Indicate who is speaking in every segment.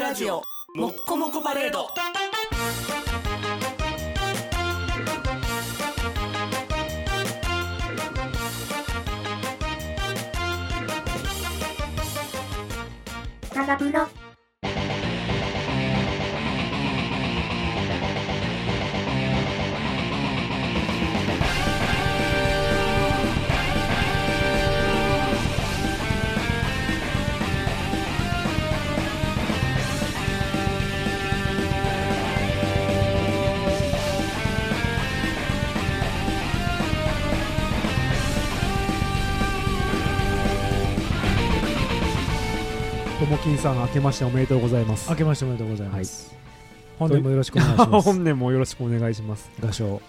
Speaker 1: ラジオもっこもこパレード
Speaker 2: タガプロ。
Speaker 3: ともきんさん明けましておめでとうございます
Speaker 4: 明けましておめでとうございます。本
Speaker 3: とい
Speaker 4: 年もよろしくお願いし ます。
Speaker 3: 本年もよろしくお願いします
Speaker 4: 合唱。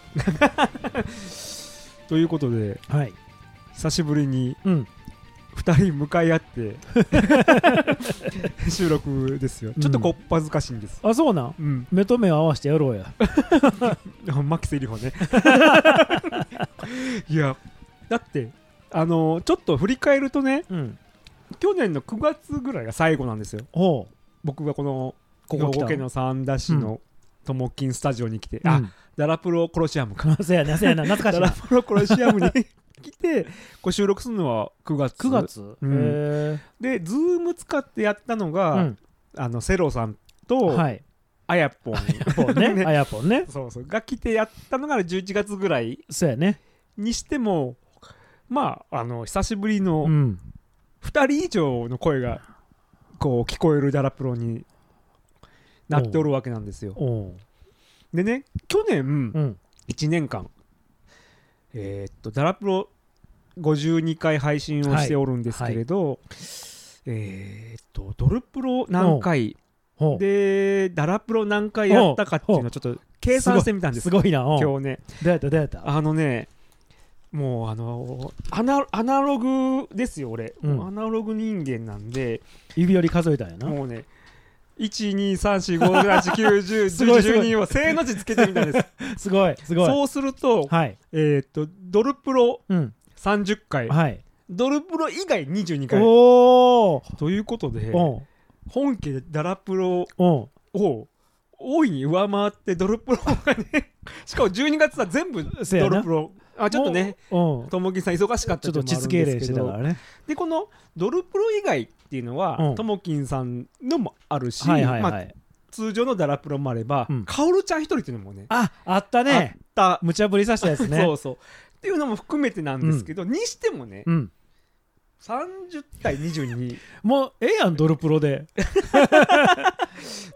Speaker 3: ということで
Speaker 4: はい。
Speaker 3: 久しぶりに
Speaker 4: うん。
Speaker 3: 2人向かい合って 収録ですよ
Speaker 4: うん
Speaker 3: ちょっとこっぱずかしいんです
Speaker 4: あ、そうなん。
Speaker 3: うん、
Speaker 4: 目と目を合わせてやろうや。
Speaker 3: 牧瀬里穂ね いやだってあのちょっと振り返るとね
Speaker 4: うん。
Speaker 3: 去年の9月ぐらいが最後なんですよ
Speaker 4: ほう。
Speaker 3: 僕がこの
Speaker 4: ここ来た
Speaker 3: 兵庫県の三田市のともきんスタジオに来て、
Speaker 4: あ、
Speaker 3: あダラプロコロシアムか
Speaker 4: そうやな、そうやな、 懐かし
Speaker 3: ダ
Speaker 4: い
Speaker 3: ラ
Speaker 4: な。
Speaker 3: プロコロシアムに 来てこう収録するのは9月
Speaker 4: 9月
Speaker 3: うん
Speaker 4: へ
Speaker 3: でズーム使ってやったの
Speaker 4: ー
Speaker 3: が、
Speaker 4: うん。
Speaker 3: あのセロさんと
Speaker 4: はい。
Speaker 3: あやぽん、
Speaker 4: ポンね。
Speaker 3: ね
Speaker 4: あやぽんね。
Speaker 3: そうそうが来てやったのが11月ぐらい
Speaker 4: そうやね。
Speaker 3: にしてもまああの久しぶりの
Speaker 4: うん。
Speaker 3: 2人以上の声がこう聞こえるダラプロになっておるわけなんですよ
Speaker 4: おう。
Speaker 3: でね去年
Speaker 4: うん。
Speaker 3: 1年間えーっとダラプロ52回配信をしておるんですけれど、えーっとドルプロ何回
Speaker 4: ほう。
Speaker 3: でダラプロ何回やったかっていうのをちょっと計算してみたんです
Speaker 4: すごいな。おう
Speaker 3: 今日ね
Speaker 4: どうやったどうやった
Speaker 3: あのねもうあのアナアナログですよ俺、
Speaker 4: うん
Speaker 3: アナログ人間なんで
Speaker 4: 指折り数えたんやな。
Speaker 3: もうね12345678910
Speaker 4: すごいすごい
Speaker 3: 12を正の字つけてみたんで す
Speaker 4: すごい、すごい。
Speaker 3: そうすると,、
Speaker 4: はい。
Speaker 3: えーっとドルプロ
Speaker 4: うん。
Speaker 3: 30回
Speaker 4: はい。
Speaker 3: ドルプロ以外22回
Speaker 4: おお。
Speaker 3: ということで
Speaker 4: おう。
Speaker 3: 本家でダラプロ
Speaker 4: おう。
Speaker 3: を大いに上回ってドルプロ がねしかも12月は全部
Speaker 4: そうや
Speaker 3: ド
Speaker 4: な
Speaker 3: ルプロあちょっとね
Speaker 4: おう。
Speaker 3: ともきんさん忙しかった
Speaker 4: ちょっ
Speaker 3: ってい
Speaker 4: と
Speaker 3: う
Speaker 4: 実
Speaker 3: のもあるん
Speaker 4: 敬
Speaker 3: で
Speaker 4: 礼
Speaker 3: す
Speaker 4: し
Speaker 3: け
Speaker 4: てた
Speaker 3: ど
Speaker 4: からね。
Speaker 3: でこのドルプロ以外っていうの
Speaker 4: う
Speaker 3: は
Speaker 4: ん
Speaker 3: ともきんさんのもあるし、
Speaker 4: はいはい
Speaker 3: ま
Speaker 4: は
Speaker 3: あ、
Speaker 4: い。
Speaker 3: 通常のダラプロもあれば、
Speaker 4: うん
Speaker 3: カオルちゃん一人っていうのもね
Speaker 4: あ、あったね。
Speaker 3: あった、
Speaker 4: 無茶ぶりさせたやつね。
Speaker 3: そうそうっていうのも含めてなんですけど、にしてもね
Speaker 4: うん。
Speaker 3: 30対22
Speaker 4: もうええやんドルプロで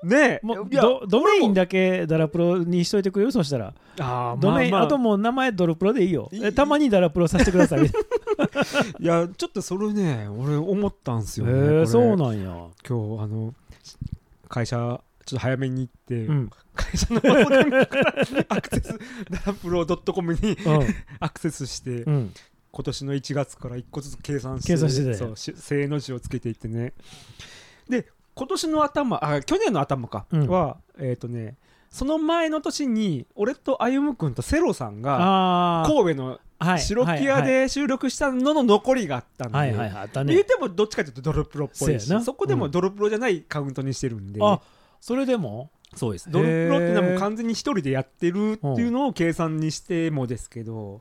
Speaker 3: ねえ
Speaker 4: もう
Speaker 3: いや
Speaker 4: ドドメインだけダラプロにしといてくれよそしたら
Speaker 3: あー
Speaker 4: ドメイン、
Speaker 3: ま
Speaker 4: あ
Speaker 3: あまあ
Speaker 4: ともう名前ドルプロでいいよ
Speaker 3: いい
Speaker 4: えたまにダラプロさせてくだ さいへ
Speaker 3: いやちょっとそれね俺思ったんです
Speaker 4: え
Speaker 3: よね、これ
Speaker 4: そうなんや、
Speaker 3: 今日あの会社ちょっと早めに行って、
Speaker 4: うん
Speaker 3: 会社のパソコンからアクセスダラプロドットコムに アクセスして、
Speaker 4: うん、 うん、
Speaker 3: 今年の1月から1個ずつ計算して
Speaker 4: 計算してたよ
Speaker 3: そうし正の字をつけていってねで今年の頭あ去年の頭か、
Speaker 4: うん
Speaker 3: はえっ、とねその前の年に俺と歩夢君とセロさん
Speaker 4: あ
Speaker 3: が神戸の
Speaker 4: あはい
Speaker 3: 白木屋で収録したのの残りがあったんで、
Speaker 4: はいはいはいはいはいあった
Speaker 3: 言う
Speaker 4: ね
Speaker 3: てもどっちかというとドルプロっぽいし
Speaker 4: せやな
Speaker 3: そこでもドルプロじゃないカウントにしてるんで、
Speaker 4: あそれでも
Speaker 3: そうですドルプロってのはもう完全に一人でやってるっていうのを計算にしてもですけど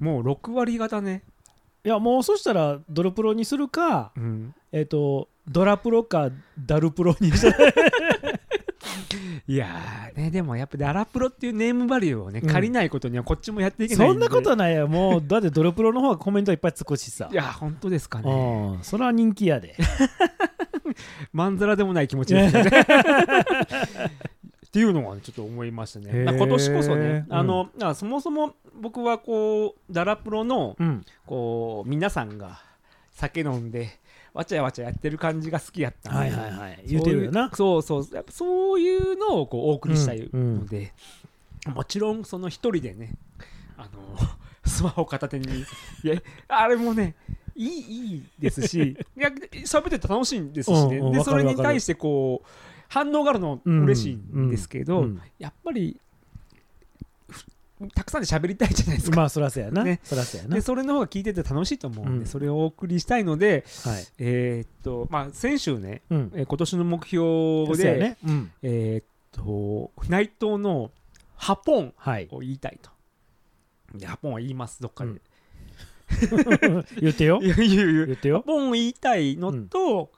Speaker 3: もう6割方ね、
Speaker 4: いやもうそしたらドルプロにするか
Speaker 3: うん、
Speaker 4: えっ、とドラプロかダルプロにして
Speaker 3: いやーねでもやっぱダラプロっていうネームバリューをね、
Speaker 4: うん
Speaker 3: 借りないことにはこっちもやっていけない
Speaker 4: そ
Speaker 3: で
Speaker 4: んなことないやもうだってドルプロの方がコメントいっぱいつくしさ
Speaker 3: いや本当ですかね
Speaker 4: うんそれは人気や で
Speaker 3: まんざらでもない気持ちですよねっていうのはちょっと思いましたね
Speaker 4: へー
Speaker 3: まあ今年こそね、
Speaker 4: うん
Speaker 3: あのあそもそも僕はこうダラプロの
Speaker 4: うん
Speaker 3: こう皆さんが酒飲んでわちゃわちゃやってる感じが好きやったんで
Speaker 4: はいはいはい言うてるよな
Speaker 3: そういうそうそうやっぱそういうのをこうお送りしたい
Speaker 4: うんうん
Speaker 3: ので、もちろんその一人でねあの スマホ片手にいやあれもねいいいいです しいや喋ってて楽しいんですしね、
Speaker 4: うんうん
Speaker 3: で
Speaker 4: わ
Speaker 3: そ
Speaker 4: か
Speaker 3: れ
Speaker 4: る
Speaker 3: に対してこう反応があるの嬉しいんですけど、
Speaker 4: うん
Speaker 3: やっぱりふたくさんで喋りたいじゃないですか、
Speaker 4: まあそらそうやな、
Speaker 3: ね
Speaker 4: そらそうやな
Speaker 3: で、それの方が聞いてて楽しいと思うんで、
Speaker 4: うん
Speaker 3: それをお送りしたいので、
Speaker 4: はい
Speaker 3: えーっとまあ、先週ね、
Speaker 4: うん、
Speaker 3: えー今年の目標
Speaker 4: そうや
Speaker 3: で、
Speaker 4: ね、うん、
Speaker 3: えーっと内藤の「ハポン
Speaker 4: はい」
Speaker 3: を言いたいと。でハポンは言いますどっかで。
Speaker 4: うん言ってよ
Speaker 3: いやいやいや
Speaker 4: 言ってよ
Speaker 3: ハポンを言いたいのと、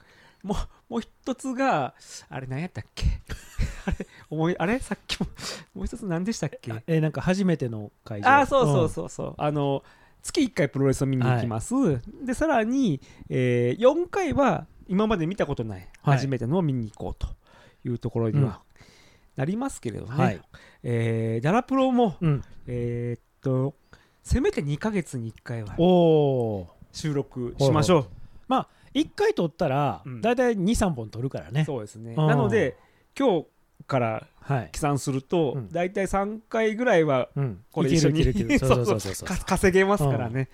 Speaker 3: もうもう一つがあれ何やったっけ あれ思いあれさっきももう一つ何でしたっけ
Speaker 4: えなんか初めての会場
Speaker 3: あーそうそうそうそう、あの月1回プロレスを見に行きます、でさらに、え4回は今まで見たことない、
Speaker 4: はい
Speaker 3: 初めてのを見に行こうというところにはなりますけれどね、
Speaker 4: うんはい
Speaker 3: えーダラプロも、
Speaker 4: うん、
Speaker 3: えーっとせめて2ヶ月に1回は
Speaker 4: おお
Speaker 3: 収録しましょう、
Speaker 4: 1回撮ったら
Speaker 3: うん
Speaker 4: 大体23本撮るからね、
Speaker 3: そうですね
Speaker 4: うん
Speaker 3: なので今日から
Speaker 4: はい、
Speaker 3: 起算すると、
Speaker 4: うん
Speaker 3: だいたい3回ぐらいは
Speaker 4: うん、
Speaker 3: これ
Speaker 4: いけ
Speaker 3: 一緒
Speaker 4: る
Speaker 3: に
Speaker 4: いけるいけ るそうそうそうそう
Speaker 3: か稼げますからね、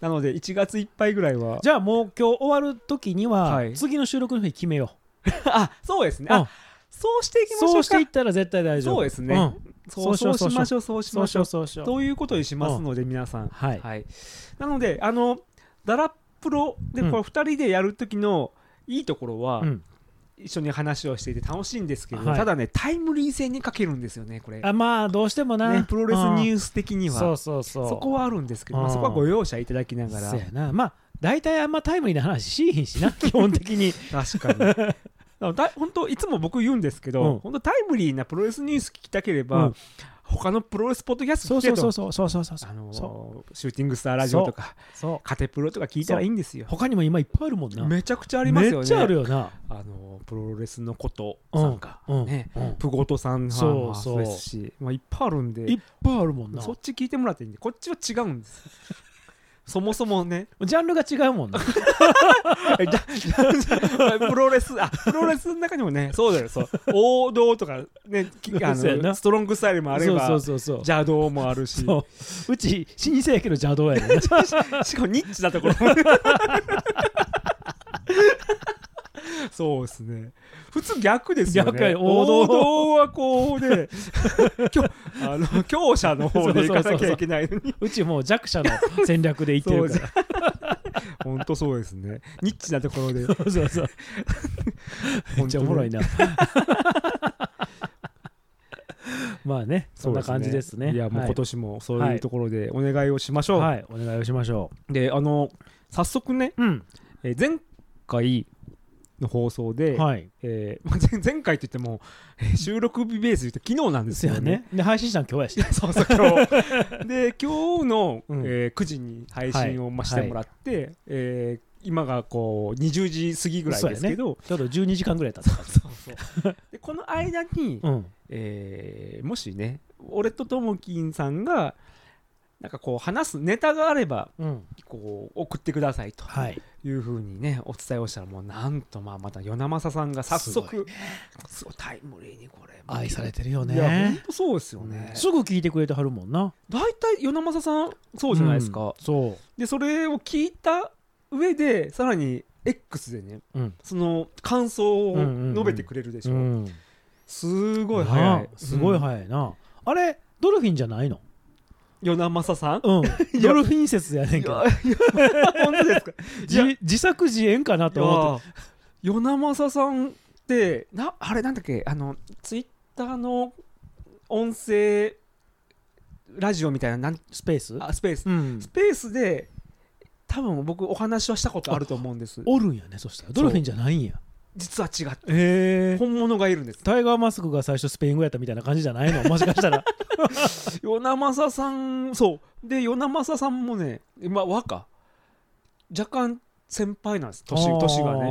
Speaker 3: なので1月いっぱいぐらいは
Speaker 4: じゃあもう今日終わる時には、
Speaker 3: はい
Speaker 4: 次の収録の日決めよ
Speaker 3: あそうですね。
Speaker 4: うん
Speaker 3: あそうしていきましょうか。
Speaker 4: そうしていったら絶対大丈夫
Speaker 3: そうですね
Speaker 4: ん
Speaker 3: そう
Speaker 4: そうしよう
Speaker 3: そうしましょう、そうし
Speaker 4: そ
Speaker 3: ま
Speaker 4: う
Speaker 3: し
Speaker 4: し
Speaker 3: ょ
Speaker 4: よ
Speaker 3: う
Speaker 4: う。そうしよう
Speaker 3: ということにしますので、皆さん。
Speaker 4: はい、
Speaker 3: はい。なので、あの、ダラプロで、
Speaker 4: うん
Speaker 3: これ2人でやる時のいいところは
Speaker 4: う、ん、
Speaker 3: 一緒に話をしていて楽しいんですけど、
Speaker 4: はい
Speaker 3: ただね、タイムリー性にかけるんですよね、これ。
Speaker 4: あまあどうしてもな、
Speaker 3: ね、プロレスニ
Speaker 4: ー
Speaker 3: ュース的に
Speaker 4: そ
Speaker 3: は。
Speaker 4: うそうそう
Speaker 3: そこはあるんですけど、まあ
Speaker 4: うん
Speaker 3: そこはご容赦いただきなが
Speaker 4: そうやなまあ大体あんまタイムリーな話しいひんし な基本的に
Speaker 3: ら、確 かに。だだ本当いつも僕言うんですけ
Speaker 4: う
Speaker 3: ど、
Speaker 4: ん
Speaker 3: 本当タイムリーなプロレスニュース聞きたけれ
Speaker 4: う
Speaker 3: ば
Speaker 4: ん、
Speaker 3: 他のプロレスポッドキャスト
Speaker 4: そ
Speaker 3: 聞
Speaker 4: う
Speaker 3: け
Speaker 4: そう
Speaker 3: と
Speaker 4: そうそうそうそうそうそう
Speaker 3: あのー
Speaker 4: そ
Speaker 3: シューティングスターラジオとか
Speaker 4: うそう
Speaker 3: カテプロとか聞いたらいいんですよ。
Speaker 4: 他にも今いっぱいあるもんな
Speaker 3: めちゃくちゃありますよね。
Speaker 4: めっちゃあるよな
Speaker 3: あのプロレスのことさんか、
Speaker 4: うん
Speaker 3: ね
Speaker 4: うん
Speaker 3: プゴトさんは
Speaker 4: そうそう
Speaker 3: そうですし、まあ、いっぱいあるんで
Speaker 4: いっぱいあるもんな
Speaker 3: そっち聞いてもらっていいんでこっちは違うんです。そもそもね
Speaker 4: ジャンルが違うもんな
Speaker 3: えじゃじゃプロレスあプロレスの中にもねそうだよ そう王道とか、ね、きあ
Speaker 4: そうやな
Speaker 3: のストロングスタイ ルもあれば
Speaker 4: そうそうそうそう
Speaker 3: 邪道もあるし
Speaker 4: そううち老舗やけど邪道やねんな
Speaker 3: しかもニッチなところ そうですね普通逆ですよね
Speaker 4: 逆や王
Speaker 3: 王道
Speaker 4: 道
Speaker 3: はこう ね強あの強者の方で行かなきゃいけないのに
Speaker 4: うちもう弱者の戦略でいってるから
Speaker 3: 本当そうですねニッチなところで
Speaker 4: そうそうそう めっちゃおもろいなまあねそんな感じですね
Speaker 3: いやもう今年もそういうところでお願いをしましょう、
Speaker 4: はい、はい、お願いをしましょ
Speaker 3: であの早速ね、
Speaker 4: ううん
Speaker 3: えー前回の放送で、
Speaker 4: はい
Speaker 3: えーまあ前前回といっても、えー収録日ベースで言うと昨日なんです
Speaker 4: そ
Speaker 3: よ
Speaker 4: や
Speaker 3: ね
Speaker 4: ねで配信したの今日やし
Speaker 3: そうそう今 日で今日の、
Speaker 4: うん
Speaker 3: えー9時に配信をまあしてもらって、えー今がこう20時過ぎぐらいですけど、
Speaker 4: ちょうど12時間ぐらい経ったから
Speaker 3: でこの間に、
Speaker 4: うん
Speaker 3: えーもしね俺とともきんさんがなんかこう話すネタがあれば
Speaker 4: うん
Speaker 3: こう送ってくださいと
Speaker 4: はい
Speaker 3: いうふうにねお伝えをしたらもうなんとまあまた与那政さんが早速
Speaker 4: す
Speaker 3: す
Speaker 4: ご
Speaker 3: ご,、いタイムリーにこれ
Speaker 4: 愛されてるよ
Speaker 3: いやほん
Speaker 4: ね
Speaker 3: とそうですよね
Speaker 4: すぐ聞いてくれてはるもんな
Speaker 3: 大体与那政さんそうじゃないです
Speaker 4: う
Speaker 3: か、
Speaker 4: んそ
Speaker 3: でそれを聞いた上でさらに X でね
Speaker 4: ううん
Speaker 3: その感想を
Speaker 4: うんうんうん
Speaker 3: 述べてくれるでしょ、
Speaker 4: うん
Speaker 3: すごい
Speaker 4: な
Speaker 3: 早
Speaker 4: あ
Speaker 3: い
Speaker 4: すごい
Speaker 3: い、
Speaker 4: 早いなあれドルフィンじゃないの
Speaker 3: 与那政さん
Speaker 4: うん
Speaker 3: や
Speaker 4: ドルフィン説やねん
Speaker 3: い
Speaker 4: けど
Speaker 3: やいや本当です かいやい
Speaker 4: じ自作自演かなと思っ
Speaker 3: や与那政さんってなあれなんだっけあのツイッターの音声ラジオみたいななん
Speaker 4: てスペース
Speaker 3: あスペース、
Speaker 4: うん
Speaker 3: スペースで多分僕お話はしたことあると思うんです
Speaker 4: おるんやねそしたらドルフィンじゃないんや
Speaker 3: 実は違って
Speaker 4: へえ
Speaker 3: 本物がいるんです
Speaker 4: タイガーマスクが最初スペイン語やったみたいな感じじゃない のもしかしたら
Speaker 3: 与那政さんそうで与那政さんもね今和歌若干先輩なんです年年が
Speaker 4: ね
Speaker 3: ね